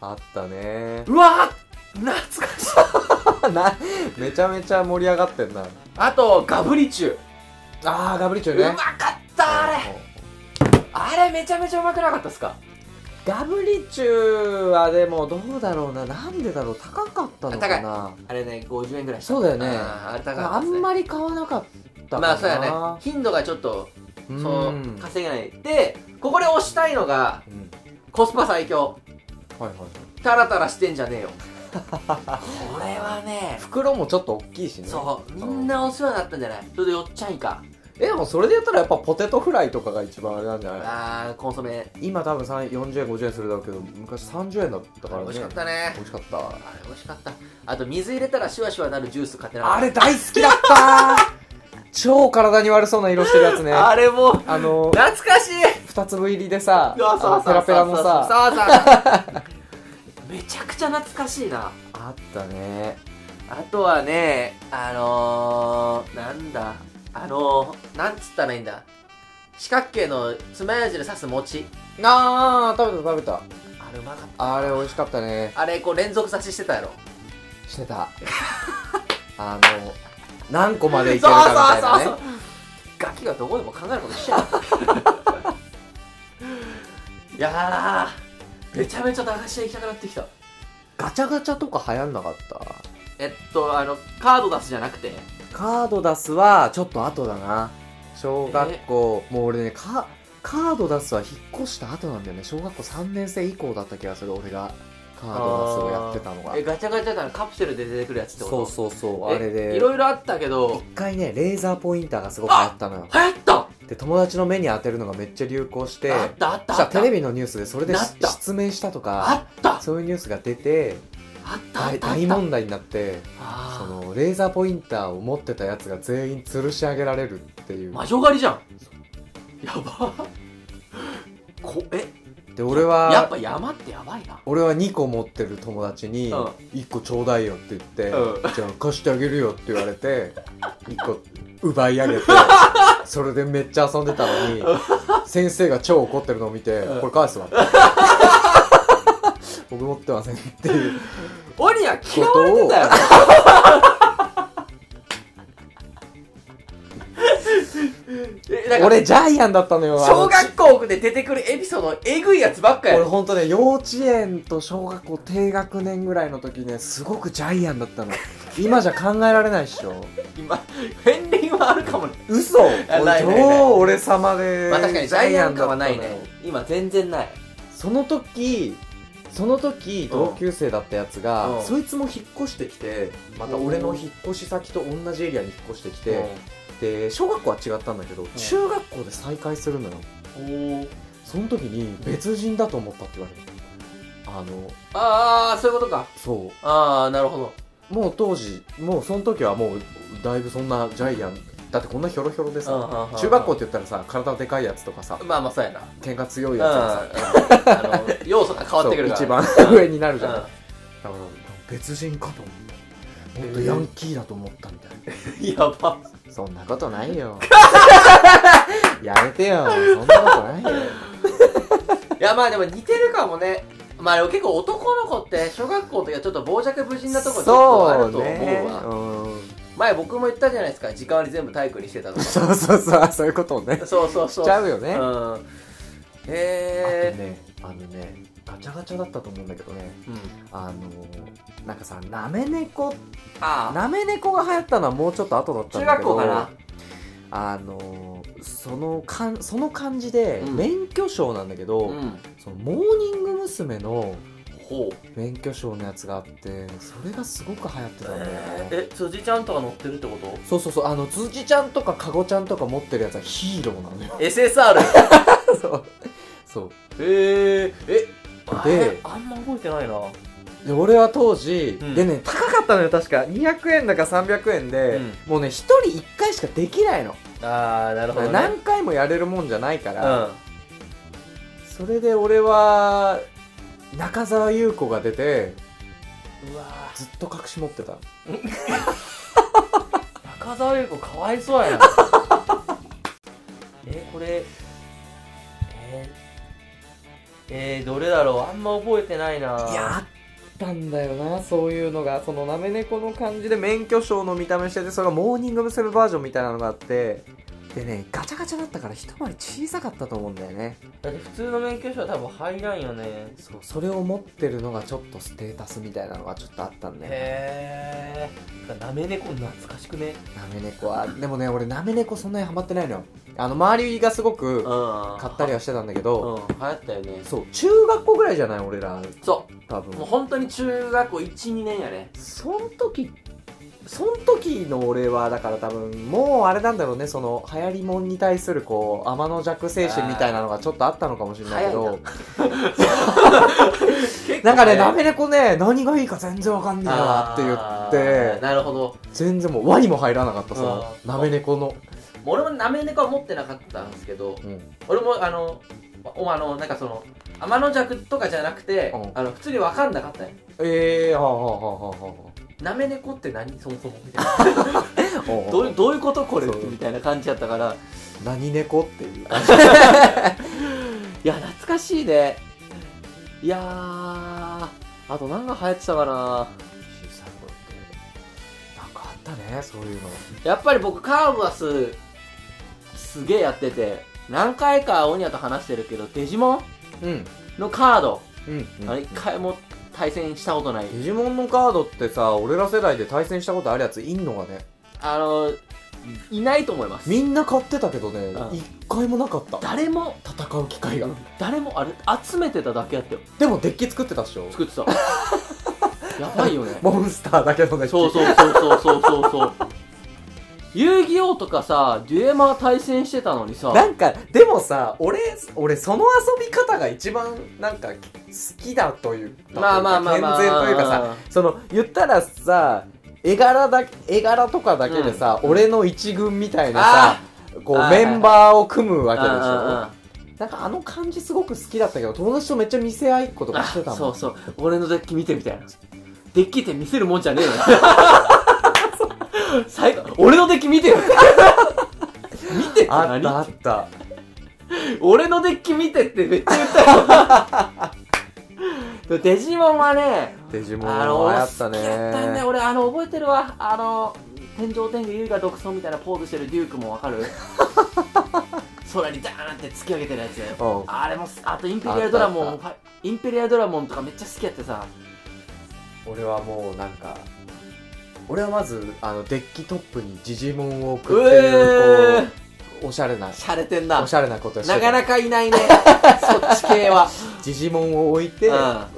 A: あったね
B: うわー懐かしい
A: なめちゃめちゃ盛り上がってんな
B: あとガブリチュ
A: あーガブリチ
B: ウ、
A: ョね
B: うまかったあれあれめちゃめちゃうまくなかったっすか
A: ガブリチュはでもどうだろうななんでだろう高かったのかな
B: あれね50円ぐらいした
A: そうだよね
B: あーあれ高かった
A: あ
B: っす、ね、
A: んまり買わなかったかな
B: まあそうやね頻度がちょっと
A: うん
B: そう稼げないでここで押したいのが
A: うん
B: コスパ最強
A: はいはいはい
B: タラタラしてんじゃねえよこれはね
A: 袋もちょっと大きいしね
B: そうみんなお世話になったんじゃないそれでよっちゃんいか
A: えでもそれで言ったらやっぱポテトフライとかが一番あれなんじゃない
B: あーコンソメ
A: 今多分さん40円50円するだろうけど昔30円だったからね
B: 美味しかったね
A: 美味しかった
B: あれ美味しかったあと水入れたらシュワシュワなるジュース買ってなかった
A: あれ大好きだったー超体に悪そうな色してるやつねあ
B: あれもう
A: の
B: 懐かしい
A: 二粒入りでさ
B: うわ
A: あのペラペラのさ
B: そうそう そうめちゃくちゃ懐かしいな
A: あったね
B: あとはねあのー、なんだあのー、なんつったらいいんだ四角形の爪楊枝で刺す餅
A: あー食べた食べた
B: あれうまかった
A: あれ美味しかったね
B: あれこう連続刺ししてたやろ
A: して たあの何個までいけるかみたいなね
B: そうそうそうガキがどこでも考えることしちゃう いやーめちゃめちゃ駄菓子屋行きたくなってきた
A: ガチャガチャとか流行んなかった
B: えっとあのカード出すじゃなくて
A: カード出すはちょっと後だな小学校、もう俺ねカカード出すは引っ越した後なんだよね小学校3年生以降だった気がする俺がカード出すをやってたのが
B: えガチャガチャってあのカプセルで出てくるやつって
A: そ
B: こ
A: う
B: と
A: そうそう
B: え
A: あれ
B: い
A: で
B: ろいろあったけど
A: 一回ねレーザーポインターがすごくあったのよ
B: 流行った
A: で友達の目に当てるのがめっちゃ流行して
B: あったあった
A: そし
B: あ
A: たら
B: った
A: テレビのニュースでそれで
B: なった
A: 失明したとか
B: あったあっ
A: そういうニュースが出て
B: たあっ
A: 大
B: たあ
A: 大
B: った
A: 問題になってそ
B: あ
A: のレーザーポインターを持ってたやつが全員吊るし上げられるってい
B: ー
A: う
B: 魔女狩りじゃんやばこえ
A: で俺
B: やっ
A: は
B: ぱ山ってやばいな
A: 俺は2個持ってる友達に
B: うん
A: 1個ちょうだいよって言って、
B: う
A: じゃあ貸してあげるよって言われ て1個奪い上げてそれでめっちゃ遊んでたのに先生が超怒ってるのを見て
B: うん
A: これ返 すわ僕持ってませんっていう
B: 鬼は
A: こ
B: 嫌われ
A: と
B: て
A: を
B: たよね えなんか
A: 俺ジャイアンだったのよあの
B: 小学校で出てくるエピソードえぐいやつばっかや
A: 俺
B: ね
A: ほんとね幼稚園と小学校低学年ぐらいの時ねすごくジャイアンだったの今じゃ考えられないっしょ
B: 今片鱗はあるかもね
A: 嘘
B: あないないない
A: 超俺様で、
B: まあ確かにジャイアン感はない
A: ジャイアンだったの
B: ね
A: よ
B: 今全然ない
A: その時その時同級生だったやつが、
B: うん
A: そいつも引っ越してきてまた俺の引っ越し先と同じエリアに引っ越してきて、で小学校は違ったんだけど、中学校で再会するのよ
B: うん
A: その時に別人だと思ったって言われるあの
B: ああそういうことか
A: そ
B: ああなるほど
A: うもう当時もうその時はもうだいぶそんなジャイアンだってこんなヒョロヒョロでさ中学校って言ったらさ体でかいやつとかさ
B: まあまあそうやな
A: 喧嘩強いやつがさ
B: うんあの要素が変わってくるから
A: そう一番上になるじゃん、
B: うん
A: だから別人かと思ったもっとヤンキーだと思ったみたいな、
B: やば
A: そんなことない よやめてよそんなことないよ
B: いやまあでも似てるかもねまあでも結構男の子って小学校の時はちょっと傍若無人なとこちょっとあると思うわ
A: そうね
B: 前僕も言ったじゃないですか時間割り全部体育にしてた
A: う
B: と
A: ん
B: か
A: そうそうそう そういうことをね
B: そうそうそ
A: し
B: う
A: ちゃうよね
B: うん
A: あと
B: へえ
A: ねあのねガチャガチャだったと思うんだけどね
B: うん
A: あのーなんかさなめ猫
B: ああ
A: なめ猫が流行ったのはもうちょっと後だったん
B: 中
A: だけど
B: 学校かな
A: あのーそのかんその感じで
B: うん
A: 免許証なんだけど、
B: うん
A: そのモーニング娘。の
B: ほう
A: 免許証のやつがあってそれがすごく流行ってたんだよね、
B: え辻ちゃんとか乗ってるってこと
A: そうそうそうあの辻ちゃんとかかごちゃんとか持ってるやつはヒーローな のよ
B: SSR
A: そうそう
B: へええ
A: で
B: ああんま覚えてないな
A: で俺は当時、
B: うん
A: でね高かったのよ確か200円だか300円で、もうね1人1回しかできないの、
B: ああなるほどね
A: 何回もやれるもんじゃないか
B: う
A: ら、
B: ん
A: それで俺は中澤優子が出て
B: うわ
A: ずっと隠し持ってた
B: 中澤優子かわいそうやな えこれえー、えー、どれだろうあんま覚えてないない
A: いやあったんだよなそういうのがそのなめ猫の感じで免許証の見た目しててそれがモーニング娘。バージョンみたいなのがあってでねガチャガチャだったから一回り小さかったと思うんだよね
B: だって普通の免許証は多分入らんよね
A: そうそれを持ってるのがちょっとステータスみたいなのがちょっとあったんだよね
B: へえなめ猫懐かしくね
A: なめ猫はでもね俺なめ猫そんなにハマってないのよあの周りがすご
B: うん
A: く買ったり
B: は
A: はしてたんだけ
B: う
A: ど
B: ん流行ったよね
A: そう中学校ぐらいじゃない俺ら
B: そ
A: 多
B: うもう
A: 分
B: 本当に中学校12年やね
A: そん時そん時の俺はだから多分もうあれなんだろうねその流行りもんに対するこう天の弱精神みたいなのがちょっとあったのかもしれないけどなんかねなめ猫ね何がいいか全然わかんねえなって言って
B: なるほど
A: 全然もう輪にも入らなかったその
B: あー
A: なめ猫の、
B: 俺もなめ猫は持ってなかったんですけど
A: うん、
B: 俺もあのおあのなんかその天の弱とかじゃなくて、
A: うん
B: あの普通に分かんなかったよ
A: ええー、はあはあはあはあは
B: なめ猫って何そもそもみたいな
A: あおうおう
B: どういうどういうことこれ
A: そう
B: みたいな感じやったから
A: 何猫って いう
B: いや懐かしいねいやーあと何が流行ってたかな
A: 小さい頃ってなんかあったねそういうの
B: やっぱり僕カーブはすすげえやってて何回かオニアと話してるけどデジモン
A: うん
B: のカード、
A: うん、
B: あれ一回も対戦したことない
A: デジモンのカードってさ俺ら世代で対戦したことあるやついんのがね
B: あのいないと思います
A: みんな買ってたけどね
B: うん
A: 一回もなかった
B: 誰も
A: 戦う機会が
B: 誰もあれ集めてただけやったよ
A: でもデッキ作ってたっしょ
B: 作ってたやばいよね
A: モンスターだけどね
B: そうそうそうそうそうそうそう遊戯王とかさ、デュエマー対戦してたのにさ、
A: なんかでもさ俺俺その遊び方が一番なんか好きだという
B: まあまあまあまあ。
A: 健全というかさその言ったらさ絵柄だ絵柄とかだけでさ、俺の一軍みたいなさこう
B: はいはい
A: メンバーを組むわけでしょ、
B: あ
A: なんかあの感じすごく好きだったけど友達とめっちゃ見せ合いっことかしてたもん
B: そうそう。俺のデッキ見てみたいな。デッキって見せるもんじゃねえよ。最高。俺のデッキ見てよ。見てって
A: あったあ
B: 何
A: った
B: 俺のデッキ見てってめっちゃ言ったよ。デジモンはね、
A: デジモン
B: あ
A: は
B: の、
A: や
B: や
A: っ
B: ったた
A: ね
B: ね。俺、あの、覚えてるわ。あの、天井天狗優雅独尊みたいなポーズしてるデュークもわか る空にダーンって突き上げてるやつ。
A: うん
B: あれもす、あとインペリアルドラゴン
A: あっ
B: も、インペリアルドラゴンとかめっちゃ好きやってさ。
A: 俺はもうなんか俺はまずあのデッキトップにジジモンを置
B: う
A: くっていう、
B: えー
A: こうおしゃれな
B: しゃれてんな。
A: おしゃれなことをして
B: なか
A: た
B: なかい ないね。そっち系は。
A: ジジモンを置いて、
B: う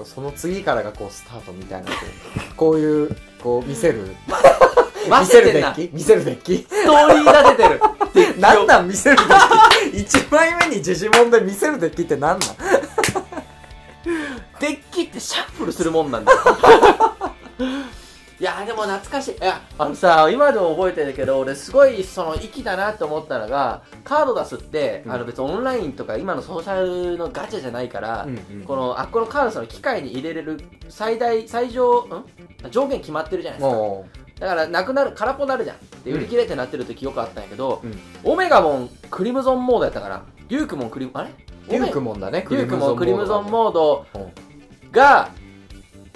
A: その次からがこうスタートみたいなこう こういうこう見せる
B: ま
A: 見せ
B: せ
A: る
B: てん
A: デ
B: な。
A: ッ
B: ス
A: キ見せるデッキ
B: トーリー立ててる。
A: なんなん見せるデッキ 一枚目にジジモンで見せるデッキってなんなん
B: デッキってシャッフルするもんなん だよいやでも懐かしいいやあのさ今でも覚えてるけど俺すごいその粋だなと思ったのがカード出すって、
A: うん
B: あの別にオンラインとか今のソーシャルのガチャじゃないから、このあこのカードその機械に入れれる最大最上ん上限決まってるじゃないですか
A: も
B: だからなくなる空っぽになるじゃんで売り切れてなってる時よくあったんやけど、
A: う、うん、
B: オメガモンクリムゾンモードやったからリュークモンクリムあれ
A: デュークモンだね
B: デュークもクリムゾンモード
A: ード
B: が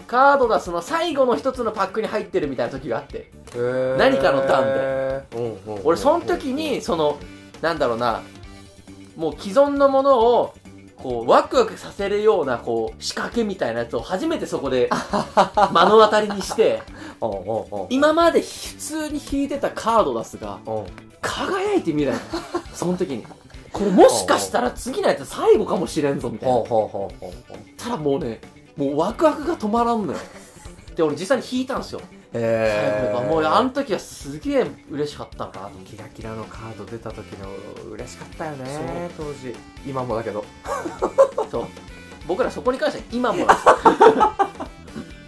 B: カード出すの最後の一つのパックに入ってるみたいな時があって何かの段
A: で、うんうん
B: 俺その時にそのなんだろうなもう既存のものをこうワクワクさせるようなこう仕掛けみたいなやつを初めてそこ で目の当たりにして
A: うんうんうん
B: 今まで普通に引いてたカード出すが
A: うん
B: 輝いてみたいなその時にこれもしかしたら次のやつ最後かもしれんぞみたいな
A: ほうほうほうほうほう
B: たらもうねもうワクワクが止まらんのよで俺実際に引いたんですよ
A: へー
B: もうあの時はすげえ嬉しかったなと思って
A: キラキラのカード出た時の嬉しかったよね当時今もだけど
B: そう 僕らそこに関しては今もなんですよ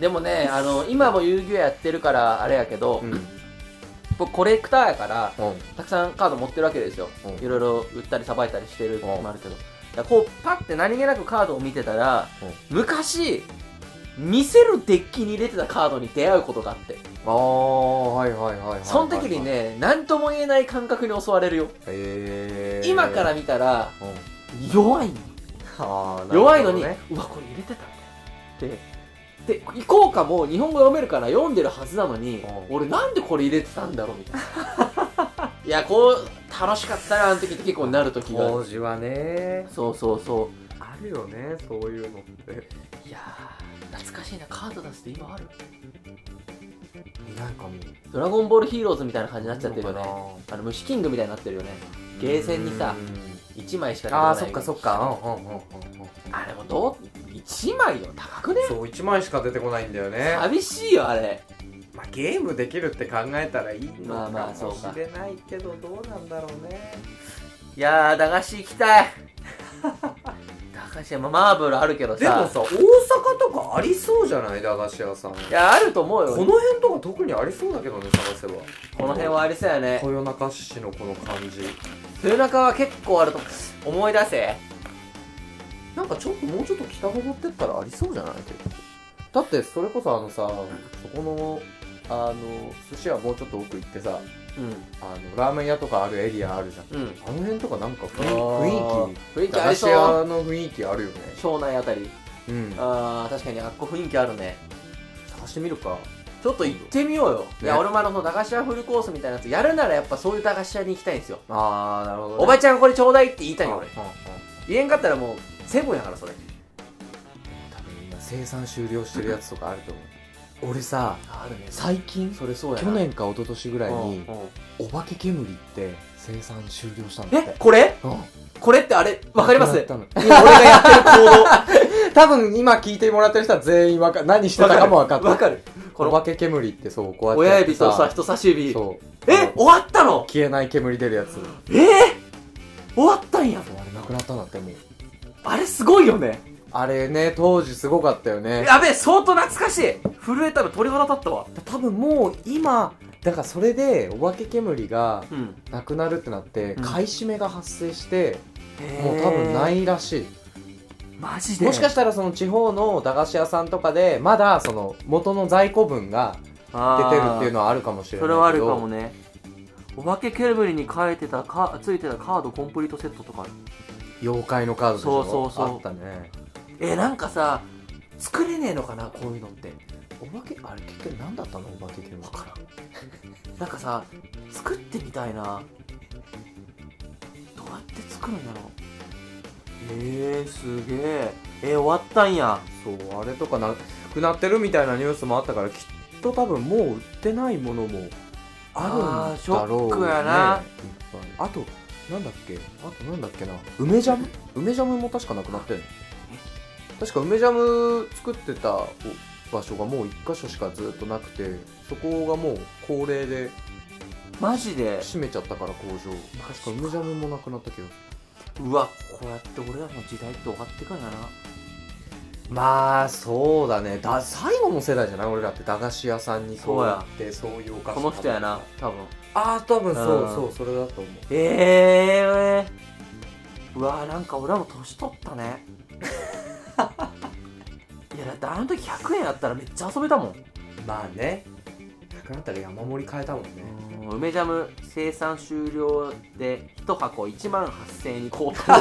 B: でもねあの今も遊戯王やってるからあれやけど、
A: んうん
B: 僕コレクターやからたくさんカード持ってるわけですよ、
A: うん
B: いろいろ売ったりさばいたりしてるの
A: うん
B: もあるけど、だからこうパッて何気なくカードを見てたら、昔見せるデッキに入れてたカードに出会うことがあって
A: ああはいはいはいはいはい
B: その時にね何とも言えない感覚に襲われるよ、
A: へー
B: 今から見たら
A: うん
B: 弱いの
A: あー
B: 弱いのに、
A: なる
B: うわこれ入れてたんだよってで行こうかも日本語読めるから読んでるはずなのに
A: うん
B: 俺なんでこれ入れてたんだろうみたいな いやこう楽しかったなあの時って結構なる時
A: ほどね
B: が
A: 当時はね
B: そうそうそ
A: あるよねそういうのって
B: ういやー懐かしいなカード出すって今ある
A: なんかもう
B: ドラゴンボールヒーローズみたいな感じになっちゃってるよね
A: いいのか
B: あの虫キングみたいになってるよねゲーセンにさ
A: うん
B: 1枚しか出てこない
A: あーそっかそっかうんうんうんうんうん
B: あれもどう1枚よ高くね
A: そう1枚しか出てこないんだよね
B: 寂しいよあれ
A: まあ、ゲームできるって考えたらいいの
B: まあ
A: か
B: まあそう
A: も
B: か
A: しれないけどどうなんだろうね
B: いやー駄菓子行き たい駄菓子屋、まあ、マーブルあるけど
A: でも
B: さ
A: さ大阪とかありそうじゃない駄菓子屋さんこ
B: いやあると思うよ
A: の
B: この
A: 辺とか特にありそうだけどね探せば
B: 辺はありそうやね
A: 豊中市のこの感じ
B: 豊中は結構あると思い出せ
A: なんかちょっともうちょっと北登ってったらありそうじゃない結構だってそれこそあのさそこのあの寿司屋もうちょっと奥行ってさ
B: う
A: あのラーメン屋とかあるエリアあるじゃん
B: んうん
A: あの辺とかなんか雰囲
B: 雰囲
A: 気
B: 気
A: 駄
B: あ
A: 菓
B: り
A: 子
B: そう
A: 屋の雰囲気あるよね
B: 庄内あたり
A: うん
B: あー確かにあっこ雰囲気あるね
A: 探してみるか
B: ちょっと行ってみようよ、いや
A: ね
B: 俺もあのその駄菓子屋フルコースみたいなやつやるならやっぱそういう駄菓子屋に行きたいんですよ
A: ああなるほど、ね、
B: おばちゃんこれちょうだいって言いたいよ俺
A: うんうんうん
B: 言えんかったらもうセブンやからそれ
A: 多分今生産終了してるやつとかあると思う俺さ
B: あるね
A: 最近
B: それそうやな
A: 去年か一昨年ぐらいに
B: うんうん
A: お化け煙って生産終了したんだって
B: えこれ
A: うん
B: これってあれわかり ま
A: な
B: す
A: くなったの
B: 今俺がやってる行
A: 多分今聞いてもらってる人は全員わか何して
B: 動
A: たかも分かった
B: わかるこ
A: お
B: の
A: 化け煙ってそうこうやって
B: 親指とさ人差し指
A: そう
B: え終わったの
A: 消えない煙出るやつ
B: えー、終わったんや
A: あれなくなったんだってもう
B: あれすごいよね
A: あれね当時すごかったよね
B: やべえ相当懐かしい震えたの鳥肌立ったわ
A: 多分もう今だからそれでお化け煙が
B: うん
A: なくなるってなって、
B: うん
A: 買い占めが発生しても
B: も
A: う多分ないいらしい
B: マジで
A: もしか
B: し
A: したらその地方の駄菓子屋さんとかでまだその元の在庫分が出てるっていう
B: の
A: のはあるかもしれない
B: そ
A: けど
B: れはあるかもねお化けケーブルに書いてたかついてたカードコンプリートセットとかある
A: 妖怪のカードでしょ
B: そうそうそう
A: あったね
B: えなんかさ作れねえのかなこういうのって
A: お化けあれ結局何だったのお化け煙
B: わからんなんかさ作ってみたいなどうやって作るんだろうえー、すげええー、終わったんや
A: そうあれとかなくなってるみたいなニュースもあったからきっと多分もう売ってないものもあ
B: あー
A: るんだろう、ね、
B: ショックやない
A: っぱいあとなんだっけあとなんだっけな梅ジャム梅ジャムも確かなくなってんの確か梅ジャム作ってたお場所がもう1箇所しかずっとなくてそこがもう高齢で
B: マジで
A: 閉めちゃったから工場確か梅ジャムもなくなったけど
B: うわこうやって俺らの時代って終わってくんやな
A: まあそうだねだ最後の世代じゃない俺らって駄菓子屋さんにそうやってそういうお菓子
B: この人やな多分
A: ああ多分そう
B: うん
A: そうそれだと思う
B: ええー、うわなんか俺らも年取った ねいやだってあの時100円あったらめっちゃ遊べたもん
A: まあねなくなったら山盛り変えたもんね
B: うん梅ジャム生産終了で1箱1万8000円に高 騰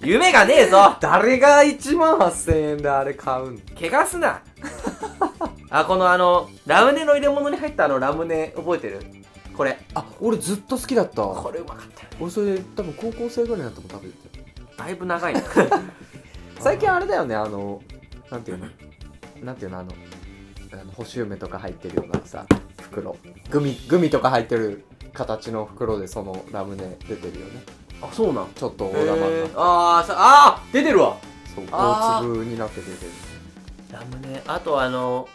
B: 夢がねえぞ
A: 誰が1万8000円であれ買うん
B: 怪我すなあこのあのラムネの入れ物に入ったあのラムネ覚えてるこれ
A: あ俺ずっと好きだった
B: これうまかったよ
A: 俺それ多分高校生ぐらいになっても食べてたよ
B: だいぶ長いな
A: 最近あれだよねあのなんていうのなんていうのあのあの干し梅とか入ってるようなさ袋グミグミとか入ってる形の袋でそのラムネ出てるよね
B: あそうなん
A: ちょっと大玉になって
B: あーさあー出てるわ
A: そう
B: あ
A: 大
B: ー
A: 粒になって出てる
B: ラムネあとあの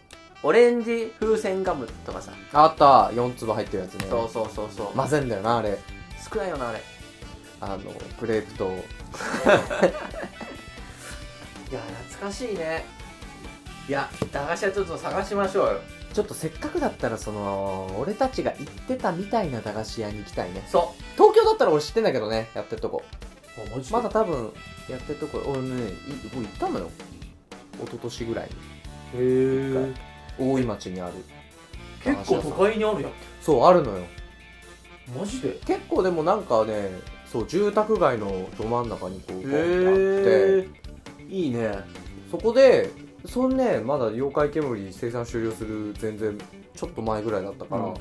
B: オレンジ風船ガムとかさ、
A: あった4粒入ってるやつね
B: そうそうそうそう、
A: 混ぜんだよなあれ
B: 少ないよなあれ
A: あのクレープと
B: いや懐かしいねいや駄菓子屋ちょっと探しましょうよ
A: ちょっとせっかくだったらその俺たちが行ってたみたいな駄菓子屋に行きたいね
B: そ
A: 東京だったら俺知ってんだけどねやってるとこ
B: うマジ
A: まだ多分やってるとこ俺ねい僕行ったのよ一昨年ぐらいに
B: へえ
A: 大井町にある
B: 結構都会にあるやん
A: そうあるのよ
B: マジで
A: 結構でもなんかねそう住宅街のど真ん中にこうボンってあって
B: へえいいね
A: そこでそんねまだ妖怪煙生産終了する全然ちょっと前ぐらいだったから、
B: うん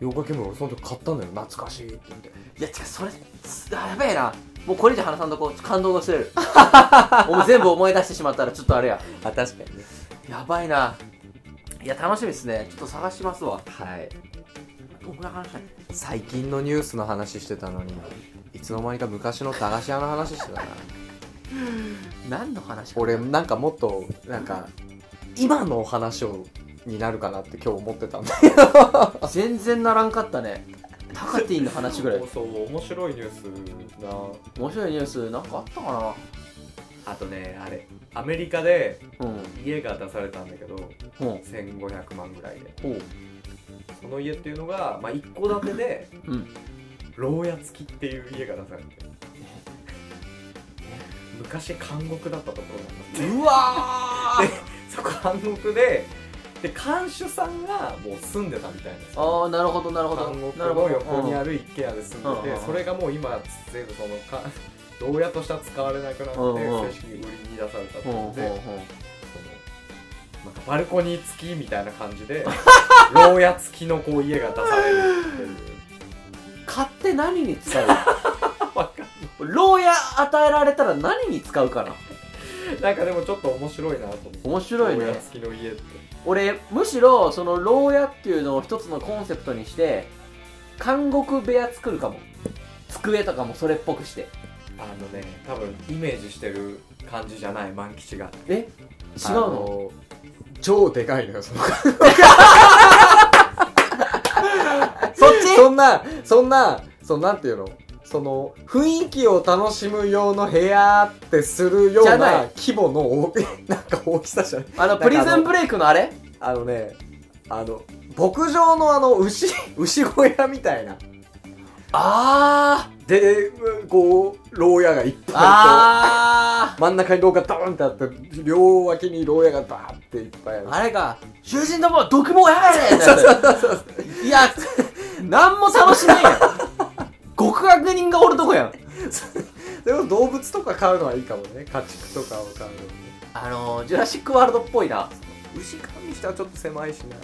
A: 妖怪煙俺その時買ったんだよ懐かしいって言って
B: いや違うそれつあやべえなもうこれ以上話さんとこう感動が薄 れるもう全部思い出してしまったらちょっとあれや
A: あ確かにね
B: やばいないや楽しみですねちょっと探しますわ
A: はい
B: どんぐらい話したい
A: 最近のニュースの話してたのにいつの間にか昔の駄菓子屋の話してたな
B: 何の話
A: 俺なんかもっとなんか今のお話をになるかなって今日思ってたんだ
B: 全然ならんかったねタカティンの話ぐらい
A: そう面白いニュースな
B: 面白いニュースなんかあったか
A: あとねあれアメリカで
B: なうん
A: 家が出されたんだけど
B: うん
A: 1500万ぐらいで
B: ほう
A: その家っていうのが、まあ、一戸建てで
B: うん
C: 牢屋付きっていう家が出されてる昔監獄だったところなんだって
B: うわー
C: そこ監獄でで看守さんがもう住んでたみたいな
B: ああなるほどなるほど
C: 監獄
B: なるほ
C: の
B: ど
C: 横にある一軒家で住んで
B: うん
C: て
B: うん
C: それがもう今全 部そのか牢屋としては使われなくなって
B: うんうん
C: 正式に売りに出されたって
B: うんうん
C: の
B: うん
C: で
B: うん
C: そのなんかバルコニー付きみたいな感じ で牢屋付きのこう家が出されるっていう
B: 買って何に使う
C: わかんない
B: 牢屋与えられたら何に使うかな
C: なんかでもちょっと面白いなと思って
B: 面白い
C: 牢屋
B: ね
C: 付きの家って
B: 俺むしろその牢屋っていうのを一つのコンセプトにして監獄部屋作るかも机とかもそれっぽくして
C: あのね多分イメージしてる感じじゃない万吉が
B: え違うの
A: 超でかいのよそのそんな、そんな、そのなんていうのその、雰囲気を楽しむ用の部屋ってするよう
B: じゃない
A: な規模の大 き、なんか大きさじゃない
B: あの、
A: なんかあの
B: プリズンブレイクのあれ
A: あのね、あの、牧場のあの、牛、 牛小屋みたいな。
B: あー
A: で、こう、牢屋がいっぱいと
B: あ
A: 真ん中に牢がドーンってあって、両脇に牢屋がバーっていっぱいある
B: ー。あれか、囚人どもは毒もや れってやついや、なんも楽しないやん。極悪人がおるとこやん。
A: でも動物とか飼うのはいいかもね。家畜とかを飼うのにね。
B: あのー、ジュラシックワールドっぽいな。
A: 牛飼うにしてはちょっと狭いしな。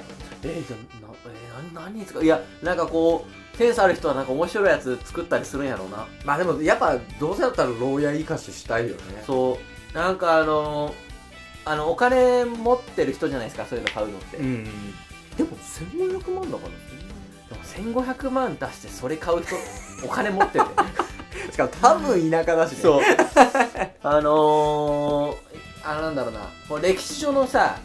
B: えー、じゃあな、えー、な何に使ういや、なんかこう、センスある人はなんか面白いやつ作ったりするんやろうな。
A: まあでも、やっぱ、どうせだったら牢屋生かししたいよね。
B: そう、なんかあのー、あの、お金持ってる人じゃないですか、そういうの買うのって。
A: ん。でも、1500万だか
B: でも1500万出してそれ買 う人、お金持ってるで。
A: ら。しかも多分田舎だしね。
B: そう。あのー、あのなんだろうな、こう歴史上のさ、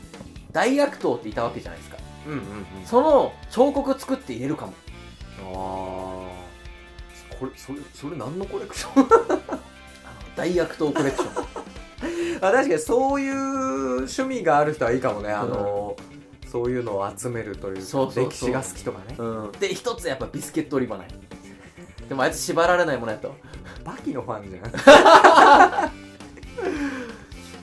B: 大悪党っていたわけじゃないですか。
A: うんうんうん。
B: その彫刻作って入れるかも。
A: ああ。これ、それ、それ何のコレクション
B: あの大悪党コレクション。
A: あ、確かにそういう趣味がある人はいいかもね。あの、そういうのを集めるというか
B: そうそうそう
A: 歴史が好きとかね。
B: うん、で、一つやっぱビスケット売り場ない。でもあいつ縛られないものやったわ
A: バキのファンじゃん。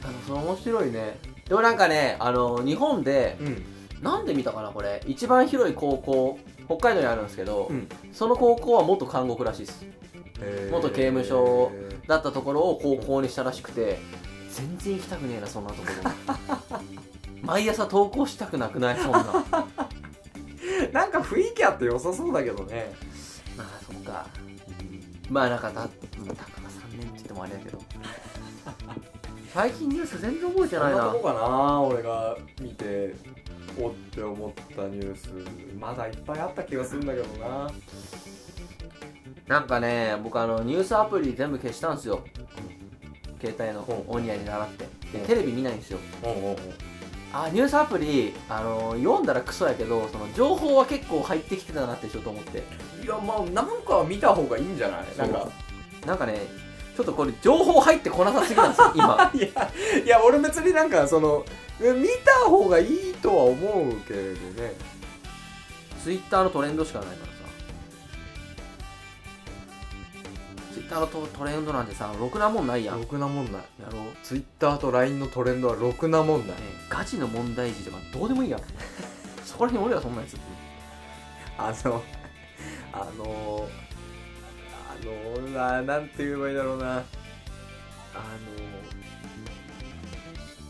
B: あの、それ面白いね。でもなんかね、あの、日本で、
A: うん。
B: なんで見たかな、これ。一番広い高校、北海道にあるんですけど、
A: うん
B: その高校は元監獄らしいです。元刑務所だったところを高校にしたらしくて全然行きたくねえなそんなところ 毎朝投稿したくなくないそんなまあ
A: なんか雰囲気あって良さそうだけどね。
B: そっかまあなんかた高田3年って言ってもあれだ けど最近ニュース全然覚えて
C: そ
B: なんい
C: な
B: な
C: とこかな俺が見ておって思ったニュースまだいっぱいあった気がするんだけどな
B: なんかね僕あのニュースアプリ全部消したんですよ携帯のオニアに習ってで
C: うん
B: テレビ見ないんですよ
C: おうおうおう
B: あニュースアプリあの読んだらクソやけどその情報は結構入ってきてたなってちょっと思って
C: いやまあなんかは見た方がいいんじゃないなんか
B: なんかね、ちょっとこれ、情報入ってこなさすぎなんですよ、今。
A: いや、いや、俺別になんか、その、見た方がいいとは思うけれどね。
B: ツイッターのトレンドしかないからさ。ツイッターのトトレンドなんてさ、ろくなもんないやん。
A: ろ
B: や
A: くなもんない。
B: ろう。ね
A: Twitter と LINE のトレンドはろくなもんない。
B: ガチの問題児とかどうでもいいやん。 そこら辺俺らそんなやつ。
A: あの、 あの、あの、ななんて言えばいいだろうな。あ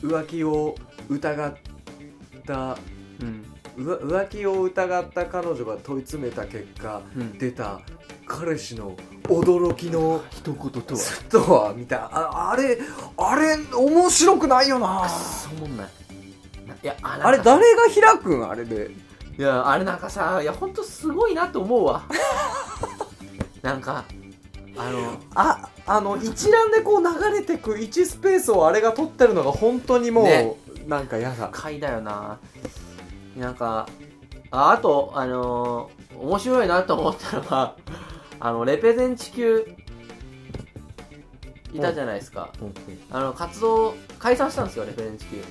A: の、浮気を疑った、
B: うん。
A: うわ浮気を疑った彼女が問い詰めた結果、
B: うん。
A: 出た彼氏の驚きの
B: 一言とは。
A: ずっとは見たああれあれ面白くないよな
B: くっそもんない。ないや、あ
A: あれ
B: だ
A: 誰が開くんあれで
B: いや、あれなんかさ、いや、ほんとすごいなと思うわ。 なんか、あの、
A: ああの一覧でこう流れてく1スペースをあれが取ってるのが本当にもう、
B: ね
A: なんか嫌だ
B: 回だよななんかああとあのー面白いなと思ったのは あのレペゼン地球いたじゃないですか、あの活動解散したんですよレペゼン地球チ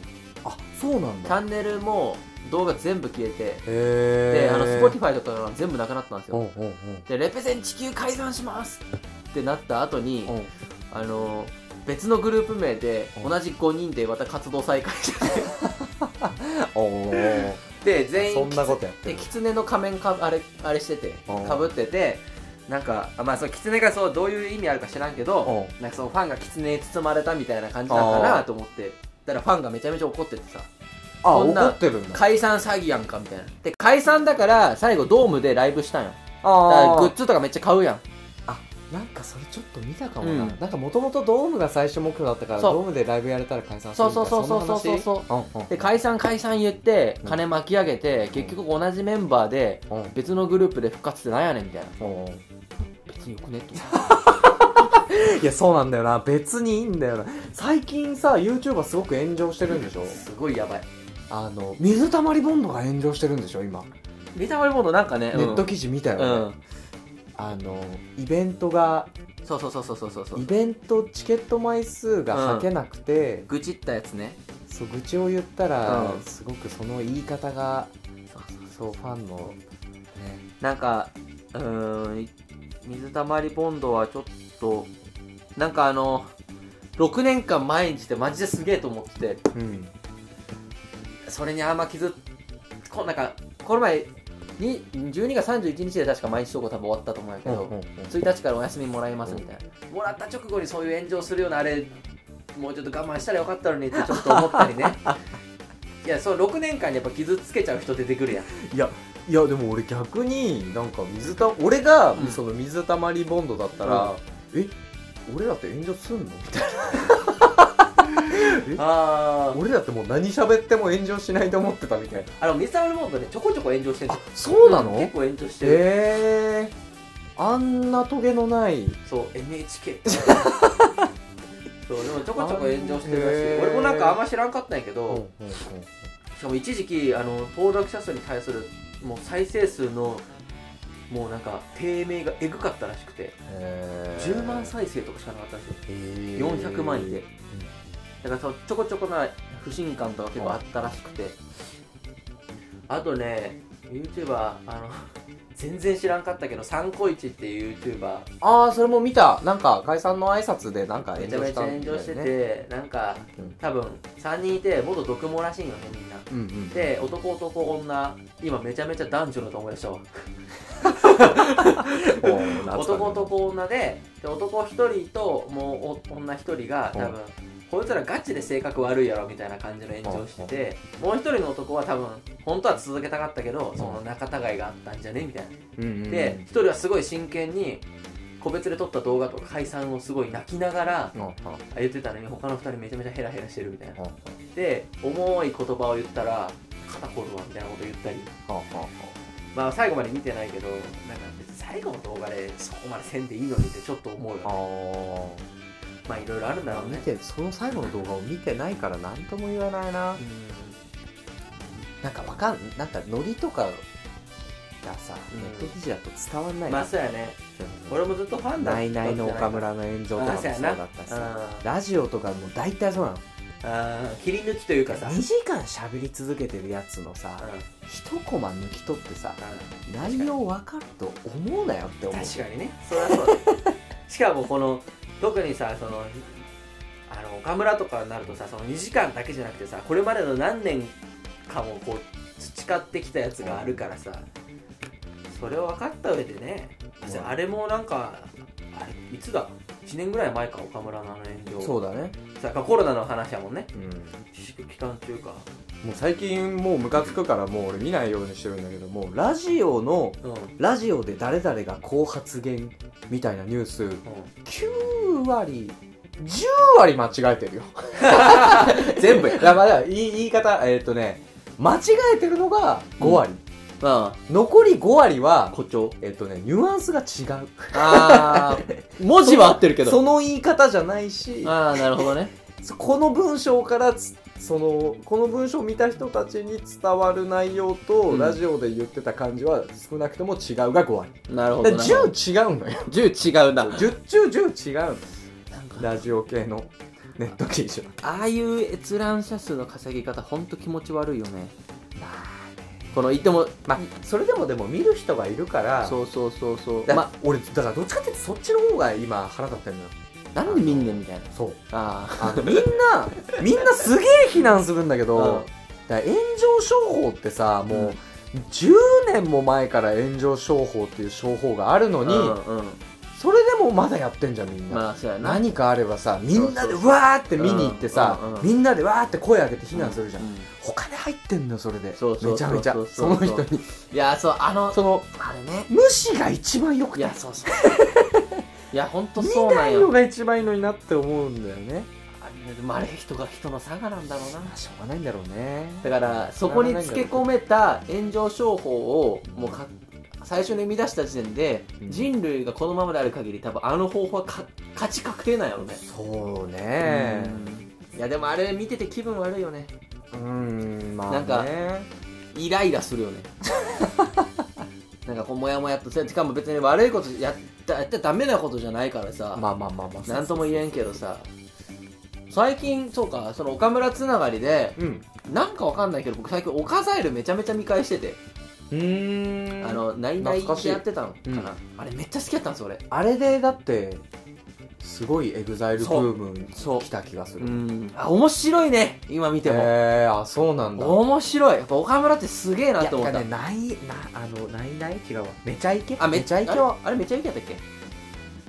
A: あそうなんだ
B: ャンネルも動画全部消えて
A: へえ
B: であの Spotify とかが全部なくなったんです
A: うんう
B: よ
A: ん うん
B: でレペゼン地球解散しますってなった後に
A: うん
B: あのー別のグループ名で
A: うん
B: 同じ5人でまた活動再開して
A: おー
B: で全
A: そ
B: 員
A: んなことやって
B: で
A: る
B: 狐の仮面かあれあれしてて
A: うん
B: かぶっててなんかあまあその狐がそうどういう意味あるか知らんけどなんかそのファンが狐に包まれたみたいな感じなのかなと思ってだからファンがめちゃめちゃ怒っててさ
A: あ
B: そん
A: 怒
B: な
A: ってるんだ
B: 解散詐欺やんかみたいなで解散だから最後ドームでライブしたんよだから
A: あ
B: グ
A: ー
B: ッズとかめっちゃ買うやん
A: なんかそれちょっと見たかもな、
B: うん
A: なんかもともとドームが最初目標だったから
B: そう
A: ドームでライブやれたら解散する
B: そう
A: みたい
B: そう
A: な
B: そうそうそうそう
A: うそ
B: そ
A: う
B: で解散解散言って金巻き上げて結局同じメンバーで
A: うん
B: 別のグループで復活ってなんやねんみたいな
A: うんうん
B: 別によくねって
A: いやそうなんだよな別にいいんだよな最近さ YouTuber すごく炎上してるんでしょ
B: すごいやばい
A: あの水たまりボンドが炎上してるんでしょ今
B: ビタバリボードなんかね、
A: ネット
B: 記
A: 記事見たよ
B: う
A: ね、
B: ん、うん、
A: あのイベントが
B: そうそうそうそうそうそうそ
A: イ
B: う
A: ベントチケット枚数がはけなくて、
B: 愚痴ったやつね
A: そう愚痴を言ったら、
B: うん
A: すごくその言い方がそうファンの
B: なんかうーん水たまりボンドはちょっとなんかあの6年間毎日でマジですげえと思ってて
A: ね、うん、
B: それにあんま傷っこなんかこの前に12月31日で確か毎日投稿多分終わったと思うんやけど、1日からお休みもらいますみたいなもらった直後にそういう炎上するようなあれもうちょっと我慢したらよかったのにってちょっと思ったり ねいやそう6年間にやっぱ傷つけちゃう人出てくるやん
A: いやいやでも俺逆になんか水た俺が
B: うん
A: その水たまりボンドだったら、え俺らって炎上すんの みたい
B: あ
A: な俺らってもう何喋っても炎上しないと思ってたみたいな
B: あの水溜りボンドねちょこちょこ炎上してるんですよ
A: そう
B: 結構炎上してる、
A: ええー、あんなトゲのない
B: そう NHK って そうでもちょこちょこ炎上してるらし
A: へ
B: い
A: ー
B: 俺もなんかあんま知らんかったんやけど、
A: うんうん
B: しかも一時期あの登録者数に対するもう再生数のもうなんか低迷がえぐかったらしくて10万再生とかしかなかったんですよ400万いてだからそうちょこちょこな不信感とか結構あったらしくてあとね YouTuber あの全然知らんかったけどサンコイチっていう YouTuber
A: ああそれも見たなんか解散の挨拶でなんか
B: め
A: 炎
B: ちゃ
A: 上
B: め
A: し
B: ち
A: た
B: ゃ炎
A: みたい
B: 上
A: な
B: して
A: ね
B: てなんか
A: うん
B: 多分3人いて元毒もらしいよねみんな
A: うんうん
B: で男男女今めちゃめちゃ男女の友達だわ
A: おー懐かしい
B: 男男女でで男一人ともうお女一人が多分、こいつらガチで性格悪いやろみたいな感じの炎上してて、もう一人の男は多分本当は続けたかったけど、その仲違いがあったんじゃねみたいな、
A: うんうんうん
B: で一人はすごい真剣に個別で撮った動画とか解散をすごい泣きながら
A: うんうんうん
B: 言ってたのに他の二人めちゃめちゃヘラヘラしてるみたいなで重い言葉を言ったら肩こるわみたいなこと言ったりまあ最後まで見てないけどなんか別に最後の動画でそこまでせんでいいのにってちょっと思うよ
A: あ
B: ね
A: ー
B: まあいろいろあるんだろう
A: 見
B: ね
A: てその最後の動画を見てないから何とも言わないな
B: う
A: なんかわかんなんかノリとかがさ
B: うん
A: ネット記事だと伝わんない
B: んまあそうやね
A: うん
B: 俺もずっとファンだ
A: ナイナイの岡村の炎上とかもそうだったしさラジオとかも大体そうなの
B: あ切り抜きというかさ
A: 2時間喋り続けてるやつのさ
B: うんうん
A: 一コマ抜き取ってさ内容わかると思うなよって思う
B: 確かにねそりゃそうだ しかもこの特にさそのあの岡村とかになるとさその2時間だけじゃなくてさこれまでの何年かもこう培ってきたやつがあるからさそれを分かった上でね
A: うん
B: じゃああれもなんかあれいつだ1年ぐらい前か岡村のあの炎上
A: そうだね
B: さコロナの話やもんね
A: うん
B: 自粛期間中か
A: もう最近もうムカつくからもう俺見ないようにしてるんだけどもうラジオの
B: うん、うん、
A: ラジオで誰々がこう発言みたいなニュース9割10割間違えてる よ全部やだから言い言い方えーっ、とね間違えてるのが5割、
B: ま
A: 残り5割は
B: あ誇張
A: えーっ、とねニュアンスが違う
B: ああ 文字は合ってるけど
A: その言い方じゃないし
B: ああなるほどね
A: この文章からつそのこの文章を見た人たちに伝わる内容と、
B: うん
A: ラジオで言ってた感じは少なくとも違うが5割
B: なるほ
A: で
B: どなるほど
A: 10違うのよ
B: 10違うんだ
A: 10中10違うの
B: なんか
A: ラジオ系のネット記事は
B: ああいう閲覧者数の稼ぎ方ほんと気持ち悪いよねこのいても
A: まあそれでもでも見る人がいるから
B: そうそうそうそう
A: だ
B: ま
A: 俺だからどっちかっていうとそっちの方が今腹立ってるのよ
B: なんで見んねんみたいな
A: そう
B: あ
A: あの みんなみんなすげえ非難するんだけど、だから炎上商法ってさもう、
B: うん
A: 10年も前から炎上商法っていう商法があるの
B: あ
A: に、
B: うんうん
A: それでもまだやってんじゃんみんな、
B: まあそうやな
A: 何かあればさみんなで
B: そうそう
A: わーって見に行ってさ、
B: うんうんうん
A: みんなでわーって声上げて非難するじゃん、
B: う
A: お金入ってんのよそれで
B: そうそう
A: めちゃめちゃ
B: そう
A: そ
B: そう
A: の
B: そう
A: 人に
B: いやそうあの
A: その
B: あれね
A: 無視が一番よく
B: い
A: て
B: やそうそう いやほんと
A: 見
B: そうな
A: なんいの
B: よ
A: が一番いいのになって思うんだよね
B: あれでもあれ人が人の差がなんだろうな
A: まあしょうがないんだろうね
B: だからそこにつけ込めた炎上商法をもうか最初に生み出した時点で
A: うん
B: 人類がこのままである限り多分あの方法はか勝ち確定なんやろね
A: そうね
B: うんいやでもあれ見てて気分悪いよね
A: うんまあね
B: なんかイライラするよね なんかこうモヤモヤっとしかも別に悪いことやったやっちゃダメなことじゃないからさ、
A: まあまあまあまあ
B: なんとも言えんけどさ最近そうかその岡村つながりで
A: うん
B: なんかわかんないけど僕最近オカザイルめちゃめちゃ見返してて、
A: うーん
B: あのナイナイ
A: 懐かし
B: で
A: い
B: やってたのかな、
A: うん
B: あれめっちゃ好きやったんです俺
A: あれでだってすごいエグザイルブーム
B: そう
A: 来た気がする
B: うんあ面白いね今見ても、
A: えー、あそうなんだ
B: 面白いやっぱ岡村ってすげえなって思っ
A: いや
B: た
A: いやねないなあのないない違うわめちゃイケ
B: あめ
A: めちゃイケは
B: あれめちゃイケやったっけ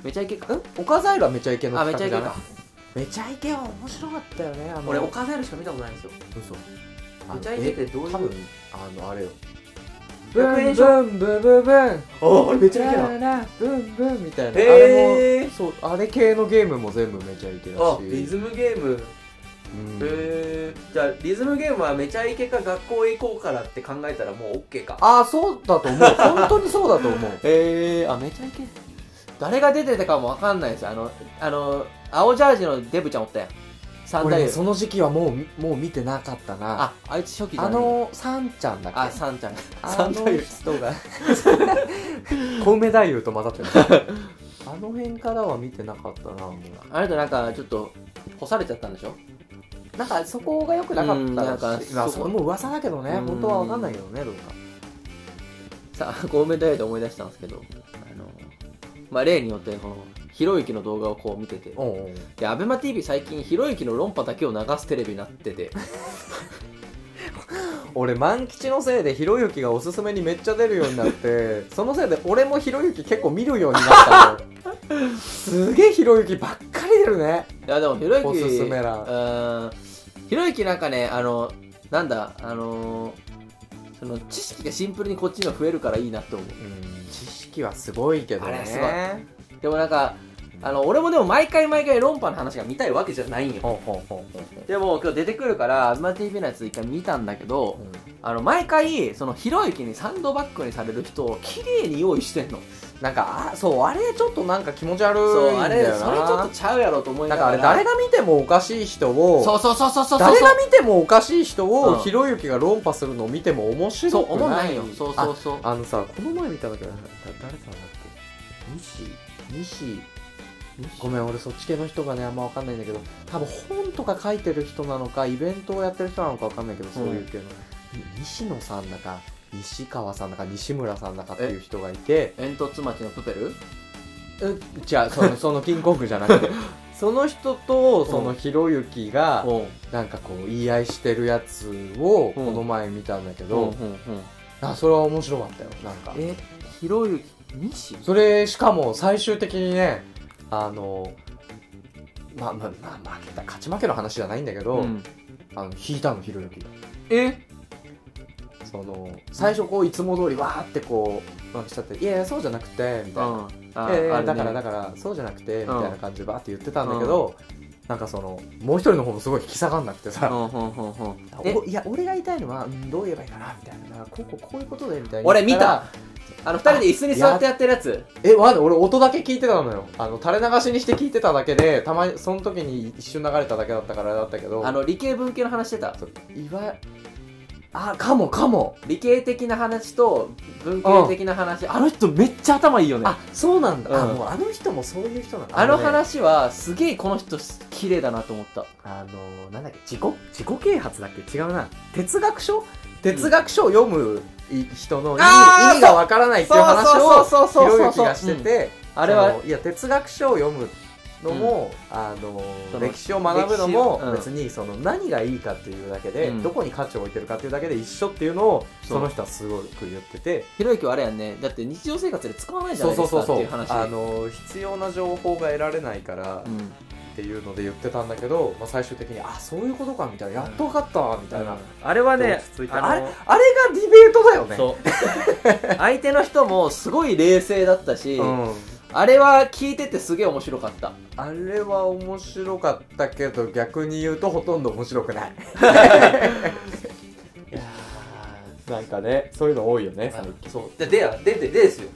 B: めちゃイケか
A: オカザイルはめちゃイケの
B: あめ
A: 企
B: ちゃ
A: 画
B: イケ
A: だ
B: か
A: なめちゃイケは面白かったよねあの
B: 俺オカザイルしか見たことないんですよ
A: 嘘あの
B: めちゃイケってどうい
A: 多分
B: う
A: あのあれよ
B: 100円ショッ
A: ブンブンブンブン
B: あ俺めちゃイケだ
A: だブンブンみたいな、あれ
B: へ
A: もそうあれ系のゲームも全部めちゃイケだし
B: あリズムゲーム
A: うん
B: へえじゃあリズムゲームはめちゃイケか学校へ行こうからって考えたらもう OK か
A: ああそうだと 思う本当にそうだと思う
B: へえあめちゃイケ誰が出てたかもわかんないですよあのあの青ジャージのデブちゃんおったやん三
A: 俺
B: 代
A: ね
B: 目
A: その時期はもうもう見てなかったな
B: ああいつ初期じゃ
A: あ
B: ない
A: のサンちゃんだっけ
B: あサンちゃん
A: あの
B: 三代目
A: 人が小梅太夫と混ざってる あの辺からは見てなかったなもう
B: あれとなんかちょっと干されちゃったんでしょ
A: なんかそこが良くなか
B: うん
A: った
B: なんか
A: らしいまあ
B: そ
A: そ
B: こ
A: れも噂だけどね
B: うん
A: 本当は分かんないけどねどうか
B: さあごめんだよと思い出したんですけどあのまあ例によってこのひろゆきの動画をこう見てて
A: おうおう
B: で、アベマ t v 最近、ひろゆきの論破だけを流すテレビになってて、
A: 俺万吉のせいでひろゆきがおすすめにめっちゃ出るようになって そのせいで俺もひろゆき結構見るようになったのすげえひろゆきばっかり出るね
B: いや、でもひろゆき、
A: おすすめ
B: う
A: 欄
B: ーん、ひろゆきなんかね、あの、なんだ、あのーその知識がシンプルにこっちの方が増えるからいいなって思う。
A: うん知識はすごいけどね
B: あれすごいでもなんか、あの、俺もでも毎回毎回論破の話が見たいわけじゃないんよ。
A: ほうほうほうほうほう
B: でも今日出てくるから、アベマ t v のやつ一回見たんだけど、
A: うん
B: あの、毎回、そのひろゆきにサンドバッグにされる人を綺麗に用意してんの。
A: なんかあそうあれちょっとなんか気持ち悪いんだ
B: そ
A: よ
B: う、
A: な
B: あれ、それちょっとちゃうやろと思い
A: な
B: なん
A: か
B: が。
A: らあれ誰が見てもおかしい人を
B: そうそうそうそうそうそう。
A: 誰が見てもおかしい人を、
B: うん
A: ひろゆきが論破するのを見ても面白くない、
B: そう思わないよ。そうそう
A: あ
B: そう。
A: あのさこの前見たんだけどだ誰さんだっけ西西ごめん俺そっち系の人がねあんま分かんないんだけど多分本とか書いてる人なのかイベントをやってる人なのか分かんないけどそういう系の、西野さんだか西川さんだか西村さんだかっていう人がいて
B: 煙突町のプペル
A: うじゃあそのそのキングコングじゃなくて その人とそのひろゆきが、
B: うん。
A: なんかこう言い合いしてるやつを
B: うん
A: この前見たんだけ
B: うん
A: ど、
B: うんうん。
A: あそれは面白かったよなんか
B: え、ひろゆき、西
A: それしかも最終的にねあのまあまあまあ負けた勝ち負けの話じゃないんだけど、
B: うん
A: あの引いたのひろゆき
B: え
A: その最初こういつも通りわーってこう負けちゃって「いやいやそうじゃなくて」み
B: う
A: たいな「
B: ん。あ
A: いやいや
B: あれね
A: だからだからそうじゃなくて」み
B: うん
A: たいな感じでバーって言ってたんだけど、なんかそのもう一人の方もすごい引き下がんなくてさ、
B: うんうんうんうん。え
A: おいや俺が言いたいのは、うんどう言えばいいかなみたいなこうこうこういうことでみたいな
B: 俺見たあの、二人で椅子に座ってやってるやつ。
A: えわかんない俺音だけ聞いてたのよあの垂れ流しにして聞いてただけでたまにその時に一瞬流れただけだったからあれだったけど
B: あの、理系文系の話してた。
A: いわあかもかも
B: 理系的な話と文系的な話。あの人めっちゃ頭いいよね。
A: あそうなんだ、
B: うん
A: あもうあの人もそういう人なんだ
B: あの
A: ね
B: 話はすげえこの人綺麗だなと思った。
A: あのなんだっけ自己自己啓発だっけ違うな哲学書哲学書を読むい人の意味
B: あー
A: 意味がわからないっていう話を
B: そう
A: ひろゆきがしてて、
B: あ
A: あ
B: れ
A: れ
B: は
A: は、いや哲学書を読むのも、あの
B: その
A: 歴史を学ぶのも
B: 歴史をうん
A: 別にその何がいいかっていうだけで、
B: うん
A: どこに価値を置いてるかっていうだけで一緒っていうのを
B: そう
A: その人はすごく言ってて
B: ひろゆきはあれやんね。だって日常生活で使わないじゃ
A: そ
B: な
A: う
B: い
A: そう
B: ですか
A: そうそ
B: っていうう話。
A: あの必要な情報が得られないから
B: う
A: っ
B: ん
A: ていうので言ってたんだけど、まあ、最終的にあそういうことかみたいなやっと分かったわみたいな、
B: あれはね
A: 落ち着いた
B: あ
A: あ
B: れ
A: れあれがディベートだよね
B: そう 相手の人もすごい冷静だったし、
A: うん
B: あれは聞いててすげえ面白かった
A: あれは面白かったけど逆に言うとほとんど面白くないいやーなんかねそういうの多いよね最近
B: そうででででですよ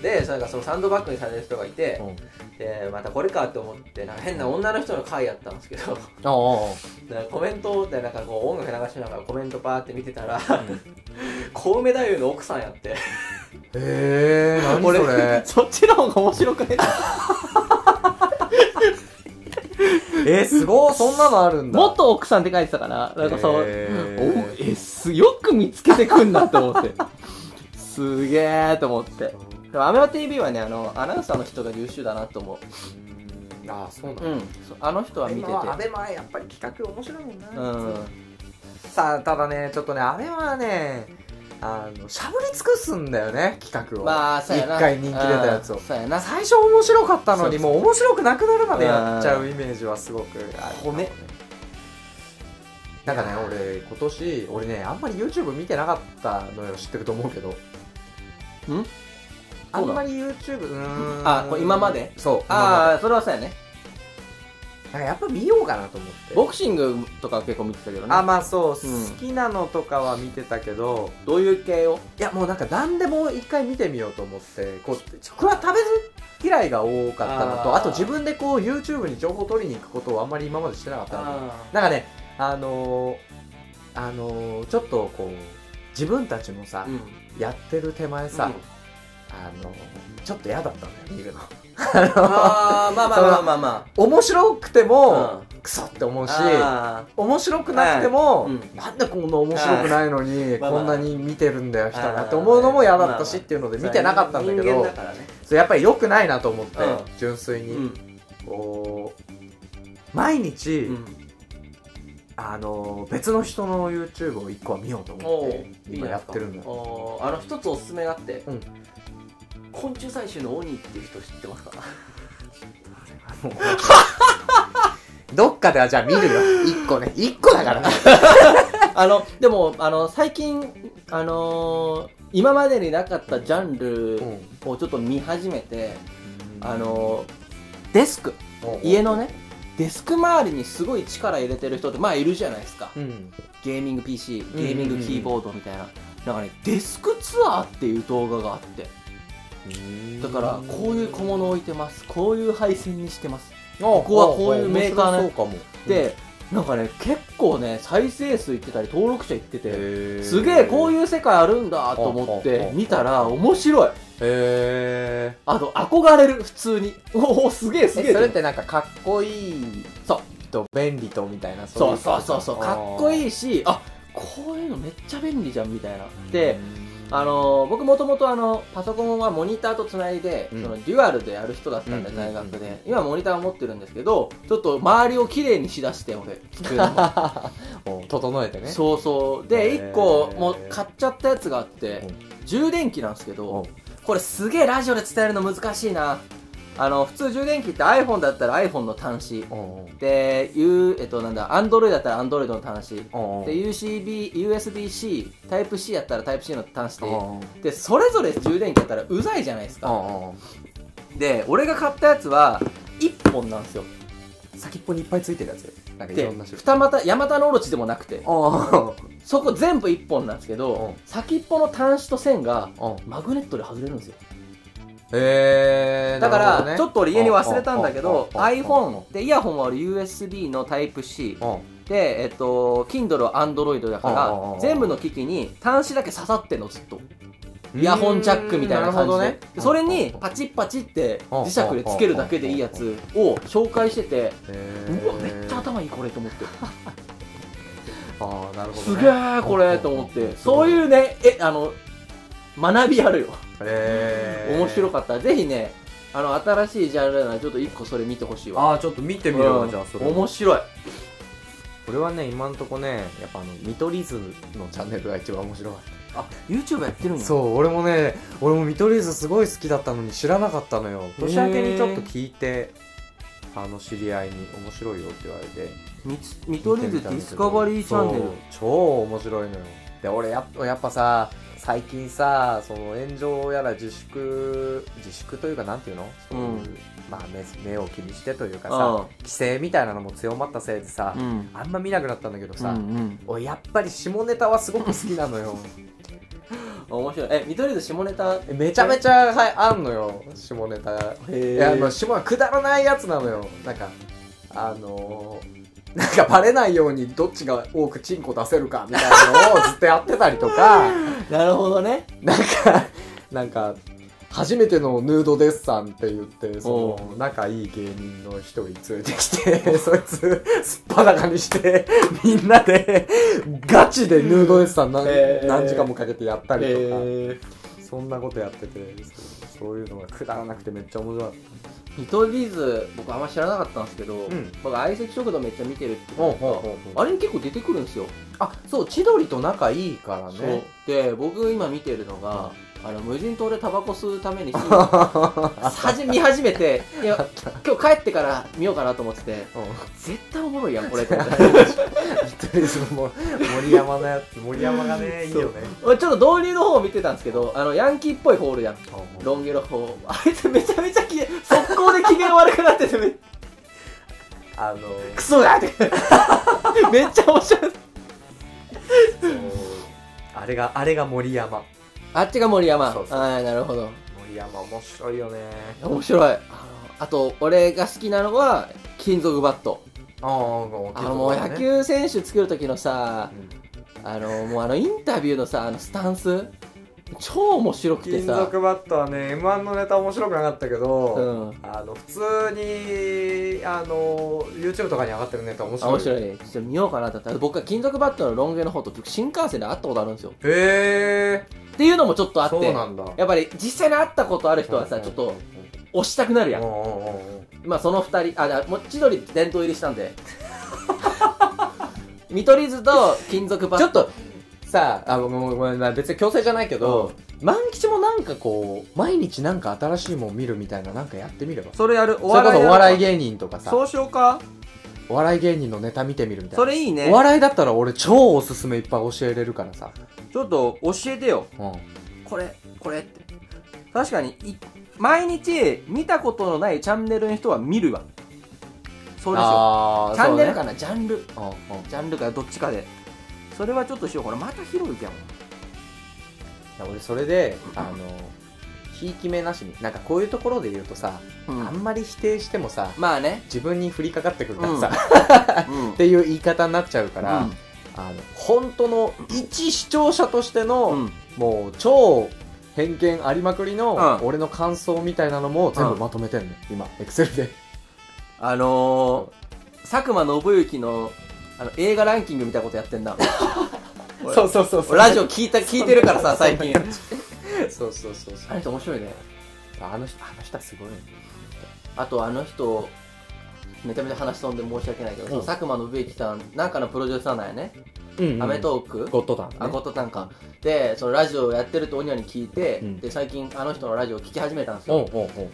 B: でなんかそのサンドバッグにされる人がいて、
A: うん
B: でまたこれかと思ってなんか変な女の人の回やったんですけど
A: ああ
B: なんかコメントでなんかこ う音楽流しながらコメントパーって見てたら小梅太夫の奥さんやって
A: えー、何それ
B: 俺そっちの方が面白くね
A: えー、すごいそんなのあるんだ
B: 元奥さんって書いてたからなんかさ、
A: へー
B: おえすよく見つけてくんなって思って すげえと思ってでもアメラ TV はねあのアナウンサーの人が優秀だなと思
C: ああそうなん
B: う
C: だ、
B: うんそあの人は見てて
A: アベマやっぱり企画面白いもんな、
B: うん
A: さあただねちょっとねアベマはねあのしゃぶり尽くすんだよね企画を、
B: まあそうやな
A: 一回人気出たやつを
B: うんそうやな
A: 最初面白かったのに
B: そうそう
A: もう面白くなくなるまでやっちゃうイメージはすごくある
B: 骨
A: なんかね俺今年俺ねあんまり YouTube 見てなかったのよ知ってると思うけどんあんまり YouTube うーん
B: あこれ今まで
A: そう
B: ああそれはそうや
A: 今ま
B: ね
A: でなんかやっぱ見ようかなと思って
B: ボクシングとか結構見てたけどね
A: あまあそう、
B: うん
A: 好きなのとかは見てたけど
B: どういう系を
A: いやもうなんか何でも一回見てみようと思ってこうちこれは食べず嫌いが多かったのと
C: あ
A: あ
C: ー
A: と自分でこう YouTube に情報取りに行くことをあんまり今までしてなかったの
C: あ
A: なんかねあのー、あのー、ちょっとこう自分たちもさ、
B: うん
A: やってる手前さ、
B: うん
A: あのー、ちょっと嫌だったんだよ見るの
B: ああま あまあまあまあま
A: 面白くて
B: あ
A: も、
B: うん
A: クソって思うし
B: あ
A: 面白くなくても、
B: はいうん
A: なんでこんな面白くないのに、
B: まあま
A: こ
B: あ
A: んなに見てるんだよ人
B: あ
A: が
B: ー
A: って思うのも嫌だったし
B: まあまあ
A: っていうので
B: ー
A: 見てなかったんだけ
B: 人間
A: ど
B: だからね
A: それやっぱり良くないなと思って
B: う
A: 純粋に、
B: うん
A: こう毎日、
B: うん
A: あの別の人の YouTube を1個は見ようと思
B: お
A: っ
B: お
A: て今やってるのよ
B: おーあの一つおすすめがあって
A: うん
B: 昆虫採集の鬼っていう人知ってますか
A: もう どっかではじゃあ見るよ1個ね1個だからね
B: あのでもあの最近あのー今までになかったジャンルをちょっと見始めてあのーデスク家のねデスク周りにすごい力入れてる人ってまあいるじゃないですか
A: うん
B: ゲーミング PC ゲ
A: うんうん
B: ーミングキーボードみたいな、なんかねデスクツアーっていう動画があってだからこういう小物置いてますこういう配線にしてます
A: こ
B: こはこういうメーカーね
A: そうかも
B: で、なんかね結構ね再生数いってたり登録者いってて
A: へー
B: すげえこういう世界あるんだと思っ
A: ああ
B: て
A: あ
B: 見たら面白い
A: へ
B: あと憧れる普通におおすげえ
A: ー
B: すげ
A: え
B: え
A: それってなんかかっこいい
B: そう
A: と便利とみたいな
B: そうそうそうそうかっこい
A: い
B: いしあこういうのめっちゃ便利じゃんみたいなで
A: で
B: あのー僕もともとあのパソコンはモニターとつないで、
A: うん
B: そのデュアルでやる人だったんで
A: うん
B: 大学で、
A: うんうんうん
B: 今モニターを持ってるんですけどちょっと周りをきれいにしだして俺 机の周
A: 整えて
B: り
A: ね
B: そうそうで
A: へー
B: 1個もう買っちゃったやつがあって
A: うん
B: 充電器なんですけ
A: う
B: ど
A: ん
B: これすげえラジオで伝えるの難しいなあの普通充電器って iPhone だったら iPhone の端子
A: うんうん
B: で、U えっと、なんだ Android だったら Android の端子
A: うんうん
B: で USB、USB-C、タイプ C やったらタイプ C の端子
A: う
B: で
A: んうん
B: でそれぞれ充電器やったらうざいじゃないです
A: う
B: か
A: んうん
B: で俺が買ったやつは1本なんですよ
A: 先っぽにいっぱいついてるやつなんかい
B: で
A: ろんな種類
B: 二股ヤマタノオロチでもなくて
A: あ
B: そこ全部1本なんですけど
A: う
B: 先っぽの端子と線が
A: あ
B: マグネットで外れるんですよ
A: へえ
B: だからちょっと俺家に忘れたんだけど
A: iPhone
B: iPhone でイヤホンは俺 USB のタイプ C でえっと Kindle は Android
A: うんうんう
B: だ
A: んう
B: か
A: ん
B: ら全部の機器に端子だけ刺さってんのずっとイヤホンジャックみたいな感じででそれにパチッパチって磁石でつけるだけでいいやつを紹介しててうわめっちゃ頭いいこれと思って
A: ああなるほど
B: す
A: ね
B: げえこれと思ってそういうねえあの学びあるよ
A: へえ
B: 面白かったぜひねあの新しいジャンルならちょっと一個それ見てほしいわ
C: あーちょっと見てみよう、
B: うん
C: じゃあそれ
B: 面白い
A: これはね今んとこねやっぱあの見取り図のチャンネルが一番面白かった
B: あ YouTube やってるんや
A: そう俺もね俺も見取り図すごい好きだったのに知らなかったのよ年明けにちょっと聞いてあの知り合いに面白いよって言われて
B: みつ見取り図ディスカバリーチャンネル
A: そう超面白いのよで俺やっぱやっぱさ最近さその炎上やら自粛自粛というかなんていうのそういう、
B: うん
A: まあ目目を気にしてというか
B: あ
A: さ規制みたいなのも強まったせいでさ
B: あ、うん
A: あんま見なくなったんだけどさ、
B: うんうん
A: 俺やっぱり下ネタはすごく好きなのよ
B: 面白いえ見取り図下ネタ へ
A: めちゃめちゃ、はい、あんのよ下ネタいやあの下はくだらないやつなのよなんかあのーなんかバレないようにどっちが多くチ ンコ出せるかみたいなのをずっとやってたりとか
B: なるほどね
A: なんかなんか初めてのヌードデッサンって言ってその仲いい芸人の一人連れてきて そいつすっぱだかにしてみんなでガチでヌードデッサン何,、
B: えー
A: 何時間もかけてやったりとか、
B: えー
A: そんなことやっててそうそういうのがくだらなくてめっちゃ面白かっ
B: 見取り図僕あんま知らなかったんですけど、
A: ん
B: 僕相席食堂めっちゃ見てるって
A: ほうほうほうほう
B: あれに結構出てくるんですよ、
A: たあそう千鳥と仲いいからね
B: で僕今見てるのが、あの無人島でタバコ吸うために はじ見始めていや今日帰ってから見ようかなと思ってて
A: うん
B: 絶対おもろいやんこれと思って
A: とりあえずもう森山のやつ森山がねいいよね
B: 俺ちょっと導入の方を見てたんですけどあのヤンキーっぽいホールやん
A: あ
B: ロン毛の方あいつめちゃめちゃ機嫌速攻で機嫌悪くなっててめ
A: の
B: クソだって めっちゃ面白い
C: そう
A: あれがあれが森山
B: あっちが森山
A: そうそう
B: はいなるほど
A: 森山面白いよね
B: 面白いあのあと俺が好きなのは金属バット
A: ああも
B: あのもう野球選手作る時のさあのもうあのインタビューのさあのスタンス超面白くて
A: 金
B: さ
A: 属バットはね m 1のネタ面白くなかったけど、
B: うん
A: あの普通にあの YouTube とかに上がってるネタ面
B: あ
A: 白い
B: 面白いねちょっと見ようかなと思った僕は金属バットのロン毛の方と僕新幹線で会ったことあるんですよ
A: へえ
B: っていうのもちょっとあって
A: そうなんだ
B: やっぱり実際に会ったことある人はさちょっと押したくなる
A: い
B: やん
A: うん
B: まあその二人あじゃあもう千鳥伝統入りしたんで 見取り図と金属バッ
A: ち
B: ト
A: ょっとさああごめんごめんごめん別に強制じゃないけど、万吉もなんかこう毎日なんか新しいもん見るみたいななんかやってみれば
B: それやる
A: それこそお笑い
B: 芸
A: 芸人とかさ
B: そうしようか
A: お笑い芸人のネタ見てみるみたいな
B: それいいね
A: お笑いだったら俺超おすすめいっぱい教えれるからさ、
B: ちょっと教えてよ
A: うん、
B: これこれって確かにい毎日見たことのないチャンネルの人は見るわそうでしょ
A: あー
B: チャンネル
A: そ
B: かな、ジャンル
A: うねうんうん
B: ジャンルかどっちかでそれはちょっとしようこれまたひろゆきやもん
A: いや俺それであのひいき目なしになんかこういうところで言うとさ、
B: うん
A: あんまり否定してもさ
B: まあね、
A: 自分に降りかかってくるからさ、
B: うん
A: っていう言い方になっちゃうから、
B: うん
A: あの本当の一視聴者としての、
B: うん
A: もう超偏見ありまくりの、
B: うん
A: 俺の感想みたいなのも全部まとめてんね、今エクセルで
B: あのー、佐久間信行のあの映画ランキングみたいなことやってん な俺
A: そうそうそうそう
B: 俺ラジオ聞いた聞いてるからさ最近
A: そうそうそうそ う
B: あの人面白いね
A: あの人あの人はすごいね
B: あとあの人めちゃめちゃ話飛んで申し訳ないけど、
A: うん
B: 佐久間信行さんなんかのプロデューサーなんやね
A: うん、
B: アメトーク、
A: ゴッドタン、ね、
B: あゴッドタンかでそのラジオやってるとおにわに聞いて、
A: うん
B: で最近あの人のラジオ聞き始めたんです
A: お
B: よ
A: うおうおう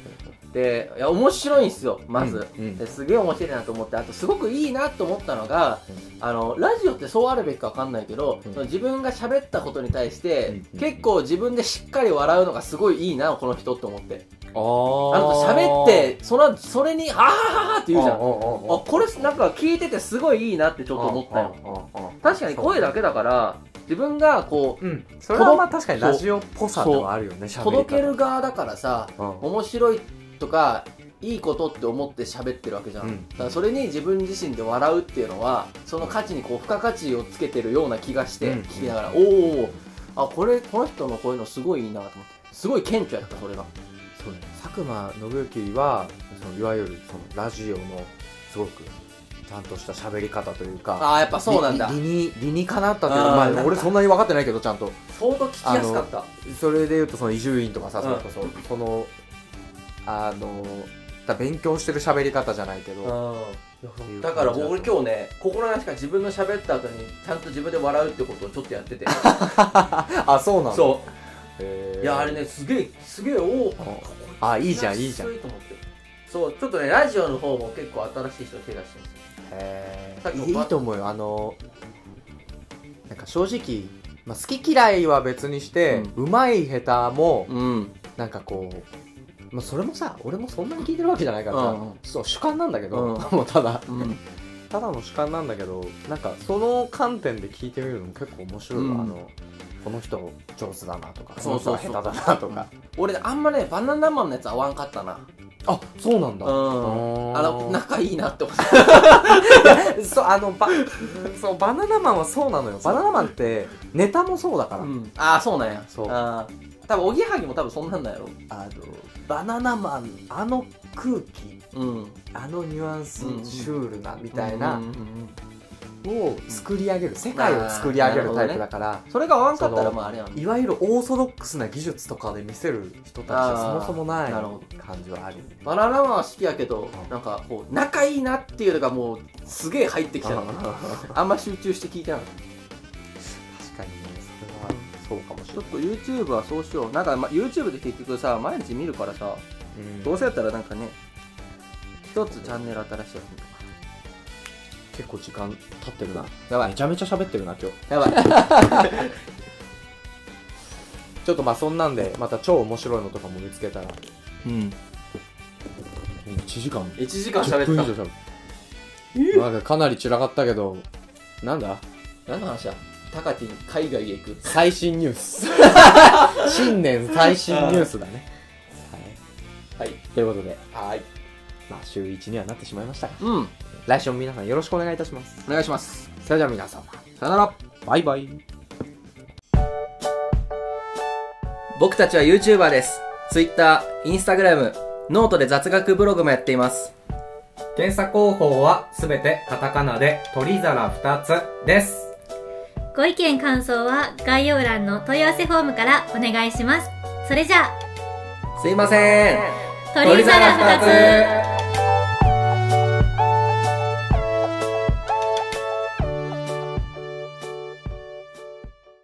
B: でいや面白いんですよまず、
A: うんうん
B: ですげえ面白いなと思ってあとすごくいいなと思ったのが、あのラジオってそうあるべきか分かんないけど、
A: うん
B: その自分が喋ったことに対して、
A: うんうん
B: 結構自分でしっかり笑うのがすごいいいなこの人って思ってあ
A: あ
B: の人喋ってそのそれに「あーはーはーって言うじゃんあ
A: おうおうおう
B: これなんか聞いててすごいいいなってちょっと思ったよ
A: よ
B: 確かに声だけだから自分がこう
A: うんそれはまあ確かにラジオっぽさではあるよね喋り方
B: 届ける側だからさ
A: うん
B: 面白いとかいいことって思って喋ってるわけじゃん、
A: うん
B: だからそれに自分自身で笑うっていうのはその価値にこう付加価値をつけてるような気がして
A: うん
B: 聞きながら、おーおーあこれこの人のこういうのすごいいいなと思ってすごい顕著やったそれが
A: そうね佐久間信行はそのいわゆるそのラジオのすごくちゃんとした喋り方というか
B: ああやっぱそうなんだ
A: 理理に理にかなったというか
B: あー
A: ま
B: なん
A: あ、
B: か
A: 俺そんなに分かってないけどちゃんと
B: 相当聞きやすかった
A: それでいうとその伊集院とかさ
B: うん
A: それこそ、そのあのだ勉強してる喋り方じゃないけど、
B: うんだから僕今日ね心なしか自分の喋った後にちゃんと自分で笑うってことをちょっとやってて
A: あそうなんだ
B: そう
A: へー
B: いやあれねすげえすげえおお
A: んあいいじゃんいいじゃん
B: と思ってそうちょっとねラジオの方も結構新しい人手出してるんですよ
A: へ
B: さっき
A: ー
B: の
A: いいいいと思うよあのなんか正直、まあ、好き嫌いは別にして、うまい下手も、
B: うん
A: なんかこう、まあ、それもさ俺もそんなに聞いてるわけじゃないからさ、
B: うんうん
A: そう主観なんだけど、
B: うん
A: もうただ
B: うん
A: ただの主観なんだけどなんかその観点で聞いてみるのも結構面白いわ、
B: うん
A: あのこの人上手だなとかこ
B: そ
A: の
B: う
A: 人
B: そう
A: は
B: そう
A: 下手だなとか、
B: 俺ねあんまねバナナマンのやつ合わんかったな
A: あそうなん
B: う
A: だ、
B: んあの仲いいなって思った
A: そうあのば そうバナナマンはそうなのよバナナマンってネタもそうだから、
B: ああそうなんや
A: そう
B: あ多分おぎやはぎも多分そんなんだよ
A: あのバナナマンあの空気
B: うん
A: あのニュアンス、
B: うん
A: シュールなみ
B: み
A: た
B: た
A: い
B: い
A: な
B: な、
A: を作り上げる、世界を作り上げるタイプだから、
B: それが合わんかった
A: そ
B: ら
A: の
B: まああれやん
A: いわゆるオーソドックスな技術とかで見せる人たち
B: あー
A: はそもそもない
B: なるほ
A: 感じはあるよね
B: バナナマンは好きやけど
A: うん
B: なんかこう仲いいなっていうのがもうすげえ入ってきたの
A: 確
B: あんま集中して聞いてなかっ
A: か
B: た
A: にねそれはそうかもし
B: ち
A: れ
B: ょ
A: な
B: っ
A: い
B: と YouTube はそうしようなんか、ま、YouTube で結局さ毎日見るからさ
A: うん
B: どうせやったらなんかね一つチャンネル新しいやつ見る
A: 結構時間経ってるな
B: やば
A: め
B: い
A: ちゃめちゃ喋ってるな今日
B: やばい
A: ちょっとまあそんなんでまた超面白いのとかも見つけたら
B: うん
A: 1時間
B: 1時間
A: 10分以上
B: 喋っ
A: 喋るなんかかなり散らかったけどなんだ
B: た何の話だタカティン海外へ行く
A: 最新ニュー ス新年最新ニュースだね
B: はい
A: ということで
B: はい
A: まあ週1にはなってしまいましたが
B: うんお
A: 来週も皆さんよろしくお願いいたします
B: 願いします
A: それでは皆様
B: さよなら
A: バイバイ
B: 僕たちは YouTuber です。Twitter、Instagram、ノートで雑学ブログもやっています。
C: 検査方法はすべてカタカナで鳥皿2つです
D: ご意見感想は概要欄の問い合わせフォームからお願いします。それじゃあ、
B: すいません。
D: 鳥皿2つ